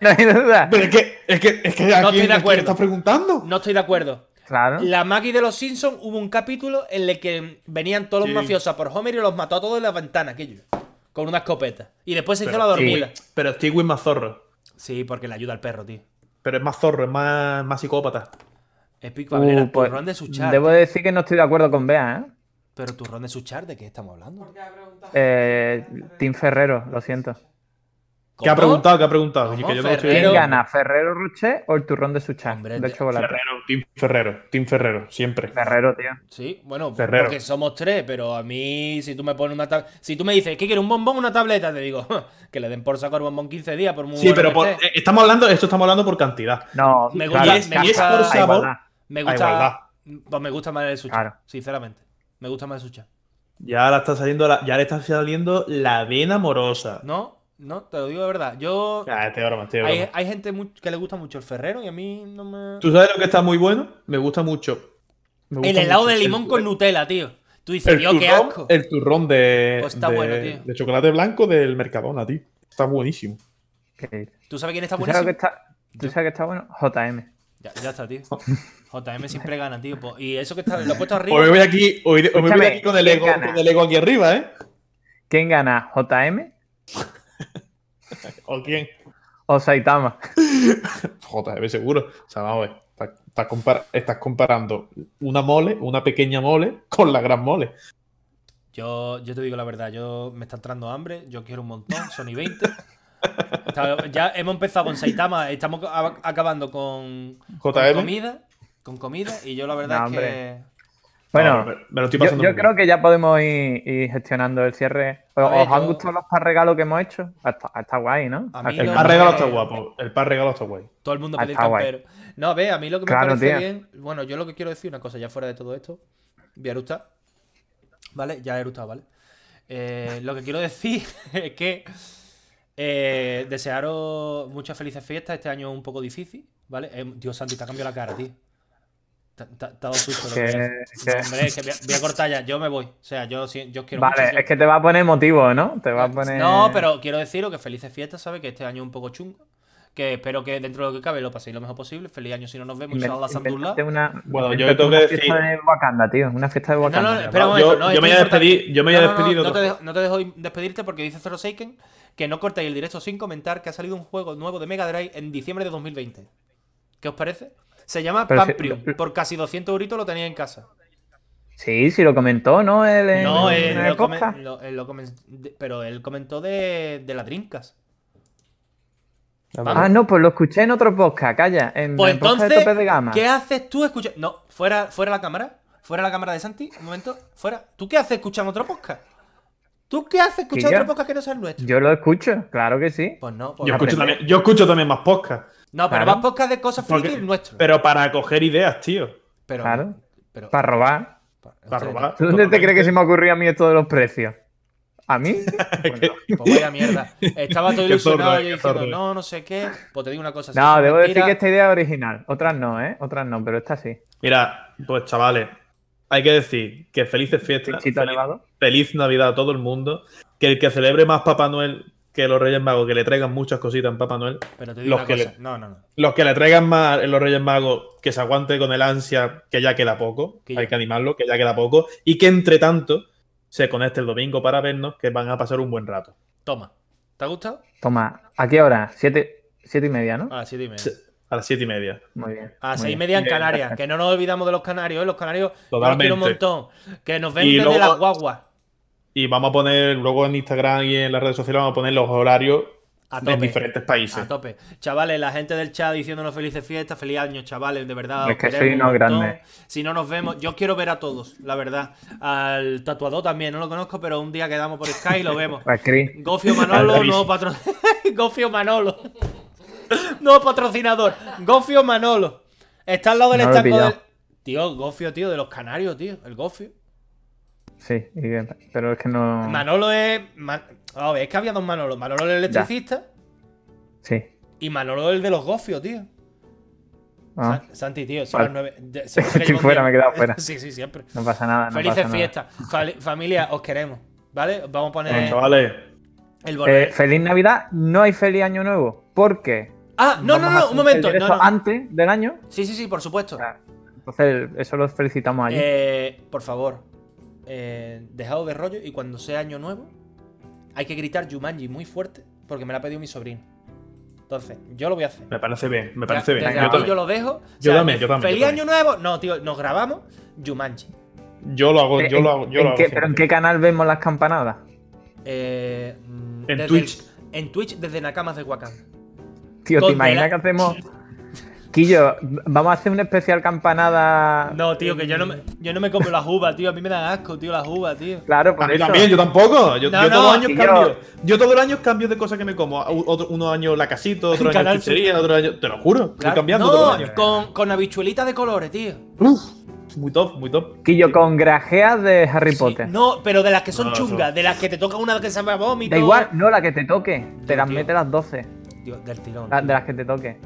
Speaker 3: No hay duda.
Speaker 4: Pero es que, es que, es que
Speaker 2: No
Speaker 4: aquí-
Speaker 2: estoy de
Speaker 4: aquí
Speaker 2: acuerdo.
Speaker 4: estás preguntando.
Speaker 2: No estoy de acuerdo.
Speaker 4: ¿Ah?
Speaker 3: Claro.
Speaker 2: La Maggie de los Simpsons hubo un capítulo en el que venían todos
Speaker 4: Sí.
Speaker 2: los mafiosos a por Homer y los mató a todos en la ventana, aquello. Con una escopeta. Y después se hizo
Speaker 4: Pero
Speaker 2: la
Speaker 4: Stewie-
Speaker 2: dormida.
Speaker 4: Pero Stewie es más zorro.
Speaker 2: Sí, porque le ayuda al perro, tío.
Speaker 4: Pero es más zorro, es más, más psicópata.
Speaker 2: Epic
Speaker 3: Uh,
Speaker 2: Valera,
Speaker 3: pues,
Speaker 2: turrón de Suchar.
Speaker 3: debo decir que no estoy de acuerdo con Bea, ¿eh?
Speaker 2: Pero turrón de Suchar, ¿de qué estamos hablando?
Speaker 3: Eh, Tim Ferrero, lo siento.
Speaker 4: ¿Qué ha
Speaker 2: ¿Cómo?
Speaker 4: preguntado? ¿Qué ha preguntado? Y
Speaker 2: ¿Cómo?
Speaker 4: que yo no lo estoy
Speaker 2: Ferrero.
Speaker 3: ¿Quién
Speaker 4: viendo.
Speaker 3: gana, Ferrero Rocher o el turrón de Suchar?
Speaker 2: Hombre,
Speaker 3: De
Speaker 2: ya-
Speaker 3: chocolate.
Speaker 4: Ferrero, Team Ferrero, Team Ferrero, siempre.
Speaker 3: Ferrero, tío.
Speaker 2: Sí, bueno,
Speaker 4: Ferrero.
Speaker 2: porque somos tres, pero a mí, si tú me pones una tab- Si tú me dices, ¿qué quieres? ¿Un bombón o una tableta? Te digo, que le den por saco el bombón 15 días, por muy
Speaker 4: Sí,
Speaker 2: bueno
Speaker 4: pero
Speaker 2: que
Speaker 4: por-
Speaker 2: esté.
Speaker 4: eh, estamos hablando, esto estamos hablando por cantidad.
Speaker 3: No,
Speaker 2: Me
Speaker 3: claro,
Speaker 2: gusta-
Speaker 4: y, es,
Speaker 2: me
Speaker 4: y es
Speaker 2: gusta-
Speaker 4: por
Speaker 3: a
Speaker 4: sabor.
Speaker 3: igualdad.
Speaker 2: Me
Speaker 4: a igualdad.
Speaker 2: gusta. Pues me gusta más el sushi,
Speaker 3: Claro.
Speaker 2: sinceramente. Me gusta más el sushi.
Speaker 4: Ya ahora está saliendo la, ya le está saliendo la vena amorosa.
Speaker 2: No, no, te lo digo de verdad. Yo.
Speaker 4: Ah, este broma, este broma.
Speaker 2: Hay, hay gente mu- que le gusta mucho el ferrero y a mí no me.
Speaker 4: ¿Tú sabes lo que está muy bueno? Me gusta mucho. Me gusta
Speaker 2: El helado
Speaker 4: mucho.
Speaker 2: de limón
Speaker 4: El-
Speaker 2: con Nutella, tío. Tú dices,
Speaker 4: el
Speaker 2: Dios, qué
Speaker 4: turrón-
Speaker 2: asco.
Speaker 4: El turrón de,
Speaker 2: Pues está
Speaker 4: de-
Speaker 2: bueno, tío.
Speaker 4: de chocolate blanco del Mercadona, tío. Está buenísimo.
Speaker 3: ¿Qué dices?
Speaker 2: ¿Tú sabes quién está
Speaker 3: ¿Tú sabes,
Speaker 2: buenísimo?
Speaker 3: que está, tú sabes que está bueno? JM.
Speaker 2: Ya, ya está, tío. JM siempre gana, tío. po- Y eso que está, lo he puesto arriba.
Speaker 4: Hoy me voy aquí, hoy, hoy me voy
Speaker 3: Escúchame,
Speaker 4: aquí con el
Speaker 3: ¿quién
Speaker 4: ego,
Speaker 3: gana?
Speaker 4: con el ego aquí arriba, ¿eh?
Speaker 3: ¿Quién gana, JM
Speaker 4: ¿O quién?
Speaker 3: o Saitama?
Speaker 4: JB seguro. O sea, vamos a ver. Estás, estás compar- estás comparando una mole, una pequeña mole, con la gran mole.
Speaker 2: Yo, yo te digo la verdad, yo me está entrando hambre, yo quiero un montón, Sony 20. Está- ya hemos empezado con Saitama, estamos a- acabando con, con
Speaker 4: JB.
Speaker 2: comida, con comida, y yo la
Speaker 3: No,
Speaker 2: verdad es que.
Speaker 3: hombre. Bueno,
Speaker 4: No, me, me lo estoy
Speaker 3: yo,
Speaker 4: pasando.
Speaker 3: yo
Speaker 4: muy
Speaker 3: creo
Speaker 4: bien.
Speaker 3: que ya podemos ir, ir gestionando el cierre. ¿Os,
Speaker 2: A ver,
Speaker 3: os han
Speaker 2: yo-
Speaker 3: gustado los regalos que hemos hecho? Ah, Está, está guay, ¿no?
Speaker 2: A mí
Speaker 3: Al
Speaker 4: El
Speaker 2: lo-
Speaker 3: final-
Speaker 4: par regalo está guapo. El par regalo está guay.
Speaker 2: Todo el mundo
Speaker 3: Ah,
Speaker 2: pide el
Speaker 3: está guay.
Speaker 2: campero. No, ve, a mí lo que me
Speaker 3: Claro,
Speaker 2: parece
Speaker 3: tío.
Speaker 2: bien. Bueno, yo lo que quiero decir, una cosa, ya fuera de todo esto. Voy a eructar. ¿Vale? Ya he eructado, ¿vale? Eh, lo que quiero decir es que eh, desearos muchas felices fiestas. Este año es un poco difícil, ¿vale? Eh, Dios santo, y te ha cambiado la cara, tío. Te te- te ha dado susto. lo
Speaker 3: Que-
Speaker 2: que es. No,
Speaker 3: que-
Speaker 2: hombre, es que voy a, voy a cortar ya. Yo me voy. O sea, yo, sí- yo os quiero
Speaker 3: Vale,
Speaker 2: mucho, sí.
Speaker 3: es que te va a poner motivo, ¿no? Te va a poner.
Speaker 2: No, pero quiero deciros que felices fiestas, ¿sabes? Que este año es un poco chungo. Que espero que dentro de lo que cabe lo paséis lo mejor posible. Feliz año si no nos vemos.
Speaker 3: Inven-
Speaker 2: Inshallah, Samdullah.
Speaker 3: inventate una,
Speaker 4: Bueno, yo
Speaker 3: inventate
Speaker 4: tengo
Speaker 3: una
Speaker 4: que
Speaker 3: fiesta
Speaker 4: decir-
Speaker 3: de Wakanda, tío. Una fiesta de
Speaker 2: No,
Speaker 3: Wakanda.
Speaker 2: no, espera un
Speaker 4: Yo-
Speaker 2: momento. no,
Speaker 4: yo me
Speaker 2: esto
Speaker 4: voy a
Speaker 2: es importante.
Speaker 4: despedir- yo me voy a
Speaker 2: No, no, no,
Speaker 4: despedir
Speaker 2: No,
Speaker 4: de
Speaker 2: te
Speaker 4: otra
Speaker 2: dejo, no te dejo ir- despedirte porque dice Zero Seiken que no cortéis el directo sin comentar que ha salido un juego nuevo de Mega Drive en diciembre de 2020. ¿Qué os parece? Se llama
Speaker 3: Pero si-
Speaker 2: Pamprium. Por casi 200 euritos lo tenéis en casa.
Speaker 3: Sí, sí, lo comentó, Eh, ¿no? Él en-
Speaker 2: No,
Speaker 3: en
Speaker 2: él
Speaker 3: el
Speaker 2: lo comen-
Speaker 3: podcast.
Speaker 2: lo- él lo comen- de- pero él comentó de, de la Drinkas.
Speaker 3: Ah, no, pues lo escuché en otro podcast, calla. En
Speaker 2: Pues
Speaker 3: el podcast de
Speaker 2: entonces,
Speaker 3: tope de gama.
Speaker 2: ¿qué haces tú escuchando? No, fuera, fuera la cámara. Fuera la cámara de Santi. Un momento, fuera. ¿Tú qué haces escuchando otro podcast? ¿Tú qué haces escuchando
Speaker 3: yo?
Speaker 2: otro podcast que no sea el nuestro?
Speaker 3: Yo lo escucho, claro que sí.
Speaker 2: Pues no, pues
Speaker 4: Yo
Speaker 2: no.
Speaker 4: escucho, también, yo escucho también más podcasts.
Speaker 2: No, pero
Speaker 3: Claro.
Speaker 2: más podcast de cosas
Speaker 4: Porque-
Speaker 2: friki el nuestro.
Speaker 4: Pero para coger ideas, tío.
Speaker 2: pero,
Speaker 3: Claro.
Speaker 2: pero-
Speaker 3: Para robar.
Speaker 2: pa-
Speaker 4: Para
Speaker 2: ostras,
Speaker 4: robar.
Speaker 3: ¿Tú dónde te
Speaker 4: totalmente.
Speaker 3: crees que se me ocurrió a mí esto de los precios? ¿A mí? Pues no.
Speaker 2: Pues vaya mierda. Estaba todo
Speaker 4: Qué
Speaker 2: ilusionado
Speaker 4: zorro,
Speaker 2: yo
Speaker 4: qué
Speaker 2: diciendo,
Speaker 4: zorro.
Speaker 2: no, no sé qué. Pues te digo una cosa. si eso
Speaker 3: No,
Speaker 2: es
Speaker 3: debo decir
Speaker 2: mentira-
Speaker 3: que este- esta idea es original. Otras no, ¿eh? Otras no, pero esta sí.
Speaker 4: Mira, pues chavales, hay que decir que felices fiestas.
Speaker 3: Pinchito
Speaker 4: Feliz,
Speaker 3: elevado.
Speaker 4: feliz Navidad a todo el mundo. Que el que celebre más Papá Noel que los Reyes Magos, que le traigan muchas cositas en Papá Noel.
Speaker 2: Pero te digo
Speaker 4: los
Speaker 2: una
Speaker 4: que
Speaker 2: cosa.
Speaker 4: le-
Speaker 2: No, no, no.
Speaker 4: Los que le traigan más en los Reyes Magos, que se aguante con el ansia, que ya queda poco.
Speaker 2: Que
Speaker 4: hay
Speaker 2: ya-
Speaker 4: que animarlo, que ya queda poco. Y que entre tanto se conecte el domingo para vernos, que van a pasar un buen rato.
Speaker 2: Toma. ¿Te ha gustado?
Speaker 3: Toma, ¿a qué hora? Siete, siete y media, ¿no?
Speaker 2: A las siete y media.
Speaker 4: Sí. A las siete y media.
Speaker 3: Muy bien.
Speaker 2: A
Speaker 3: muy
Speaker 2: las Ah. seis y
Speaker 3: bien.
Speaker 2: media en
Speaker 4: Bien,
Speaker 2: Canarias. Que no nos olvidamos de los canarios, ¿eh? Los canarios yo los
Speaker 4: Totalmente.
Speaker 2: quiero un montón. Que nos ven
Speaker 4: Y
Speaker 2: desde
Speaker 4: luego-
Speaker 2: las guaguas.
Speaker 4: Y vamos a poner, luego en Instagram y en las redes sociales vamos a poner los horarios
Speaker 2: A
Speaker 4: de
Speaker 2: tope.
Speaker 4: diferentes países.
Speaker 2: A tope. Chavales, la gente del chat diciéndonos felices fiestas, feliz año, chavales, de verdad. os
Speaker 3: Es que
Speaker 2: queremos
Speaker 3: soy
Speaker 2: un
Speaker 3: unos
Speaker 2: montón.
Speaker 3: grandes.
Speaker 2: Si no nos vemos, yo quiero ver a todos, la verdad. Al tatuador también, no lo conozco, pero un día quedamos por Sky y lo vemos.
Speaker 3: Pues, Cris,
Speaker 2: Gofio Manolo,
Speaker 4: Al
Speaker 2: nuevo patro... Gofio Manolo. nuevo patrocinador. Gofio Manolo. Está al lado del
Speaker 3: No lo he
Speaker 2: estanco
Speaker 3: pillado.
Speaker 2: del... Tío, Gofio, tío, de los canarios, tío. El Gofio.
Speaker 3: Sí, y bien, pero es que no.
Speaker 2: Mm. Manolo es. Man- A ver, es que había dos Manolos. Manolo el electricista
Speaker 3: Sí.
Speaker 2: y Manolo el de los Gofios, tío.
Speaker 3: Ah,
Speaker 2: San- Santi, tío, son
Speaker 3: Vale.
Speaker 2: las nueve. de- se me ha
Speaker 3: Estoy
Speaker 2: caído un
Speaker 3: fuera,
Speaker 2: día.
Speaker 3: me he quedado fuera.
Speaker 2: Sí, sí, siempre.
Speaker 3: No pasa nada. No
Speaker 2: Felices
Speaker 3: pasa nada.
Speaker 2: fiestas. Fali- familia, os queremos. ¿Vale? Os Vamos a poner
Speaker 4: Bueno, chavales,
Speaker 2: el
Speaker 3: Eh,
Speaker 2: boleto.
Speaker 3: feliz Navidad, no hay feliz año nuevo. Porque.
Speaker 2: ah, no, no,
Speaker 3: vamos a
Speaker 2: no,
Speaker 3: hacer
Speaker 2: un momento.
Speaker 3: esto
Speaker 2: No, no.
Speaker 3: Antes del año.
Speaker 2: Sí, sí, sí, por supuesto.
Speaker 3: Ah, Entonces, eso los felicitamos allí.
Speaker 2: Eh, por favor, eh, dejado de rollo y cuando sea año nuevo, hay que gritar Jumanji muy fuerte porque me la ha pedido mi sobrino. Entonces, yo lo voy a hacer.
Speaker 4: me parece bien, me
Speaker 2: Ya,
Speaker 4: parece bien. ¿eh?
Speaker 2: desde
Speaker 4: Yo
Speaker 2: aquí
Speaker 4: también.
Speaker 2: yo lo dejo. O
Speaker 4: Yo
Speaker 2: sea,
Speaker 4: también, yo también,
Speaker 2: Feliz
Speaker 4: yo también.
Speaker 2: año nuevo. No, tío, nos grabamos Jumanji.
Speaker 4: Yo lo hago, yo
Speaker 3: ¿En-
Speaker 4: lo hago, yo
Speaker 3: en
Speaker 4: lo hago.
Speaker 3: qué- ¿Pero en qué canal vemos las campanadas?
Speaker 2: Eh, mm,
Speaker 4: En
Speaker 2: desde
Speaker 4: Twitch.
Speaker 2: el- en Twitch desde Nakamas de Wakanda.
Speaker 3: Tío, ¿te
Speaker 2: Donde
Speaker 3: imaginas
Speaker 2: la-
Speaker 3: que hacemos. Quillo, vamos a hacer un especial
Speaker 4: Ah,
Speaker 3: campanada.
Speaker 2: No, tío, que yo no, me, yo no me como las uvas, tío. A mí me dan asco, tío, las uvas, tío.
Speaker 3: Claro,
Speaker 4: A
Speaker 3: por
Speaker 4: mí
Speaker 3: eso.
Speaker 4: también, yo tampoco. Yo,
Speaker 2: No,
Speaker 4: yo
Speaker 2: no,
Speaker 4: todos los años
Speaker 3: si yo-
Speaker 4: cambio. Yo todos los años cambio de cosas que me como. U- Otro, unos años la casita, otro año
Speaker 2: Canal
Speaker 4: chuchería, otro año. Te lo juro, estoy
Speaker 2: Claro.
Speaker 4: cambiando todos los
Speaker 2: no,
Speaker 4: años.
Speaker 2: con, con habichuelitas de colores, tío.
Speaker 4: Uf, muy top, muy top.
Speaker 3: Quillo, con grajeas de Harry
Speaker 2: Sí,
Speaker 3: Potter.
Speaker 2: no, pero de las que son
Speaker 4: No, eso-
Speaker 2: chungas, de las que te toca una que se llama vómito.
Speaker 3: Da igual, no la que te toque. Te
Speaker 2: Yo,
Speaker 3: las
Speaker 2: tío.
Speaker 3: mete las 12.
Speaker 2: Tío, del tirón. tío.
Speaker 3: la- Ah, de las que te toque.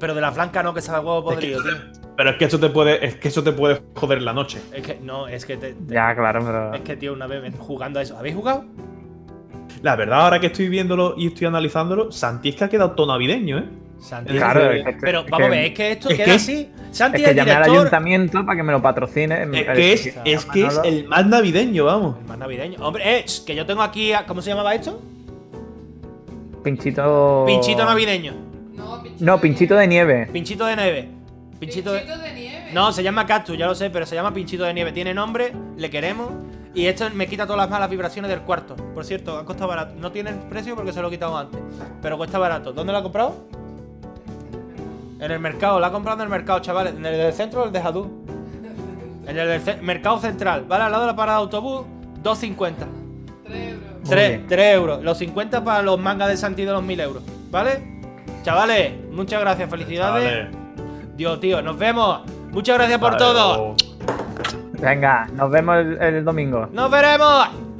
Speaker 2: Pero de las blancas no, que sabe a huevo
Speaker 4: Es que-
Speaker 2: podrido, tío.
Speaker 4: pero es que eso te puede, es que eso te puede joder la noche.
Speaker 2: Es que, no, es que te- te-
Speaker 3: Ya, claro, pero.
Speaker 2: Es que, tío, una vez jugando a eso. ¿Habéis jugado?
Speaker 4: La verdad, ahora que estoy viéndolo y estoy analizándolo, Santi es que ha quedado todo navideño, ¿eh?
Speaker 2: Santi.
Speaker 3: Claro,
Speaker 4: es
Speaker 3: es que-
Speaker 2: Pero
Speaker 3: es
Speaker 2: vamos a
Speaker 3: que-
Speaker 2: ver, es que esto
Speaker 4: es
Speaker 2: queda
Speaker 4: que-
Speaker 2: así. Santi
Speaker 3: Es que
Speaker 2: el
Speaker 3: llamé al
Speaker 2: director.
Speaker 3: ayuntamiento para que me lo patrocine.
Speaker 4: Es que es, es que es el más navideño, vamos.
Speaker 2: El más navideño. Hombre, eh, que yo tengo aquí. a- ¿Cómo se llamaba esto?
Speaker 3: Pinchito.
Speaker 2: Pinchito navideño.
Speaker 5: No, pinchito,
Speaker 3: No, pinchito de nieve.
Speaker 2: Pinchito de nieve. Pinchito de.
Speaker 5: nieve.
Speaker 2: No, se llama Cactus, ya lo sé, pero se llama Pinchito de Nieve. Tiene nombre, le queremos. Y esto me quita todas las malas vibraciones del cuarto. Por cierto, ha costado barato. No tiene el precio porque se lo he quitado antes. Pero cuesta barato. ¿Dónde lo ha comprado? En el mercado, lo ha comprado en el mercado, chavales. En el del centro, el de Jadú. En el del ce- mercado central, ¿vale? Al lado de la parada de autobús, 2.50.
Speaker 5: Tres euros.
Speaker 2: 3,
Speaker 3: bien.
Speaker 2: euros. Los 50 para los mangas de Santi de los 1.000 euros, ¿vale? Chavales, muchas gracias, felicidades. Dios, tío, nos vemos. Muchas gracias por todo.
Speaker 4: Adiós.
Speaker 3: Venga, nos vemos el- el domingo.
Speaker 2: ¡Nos veremos!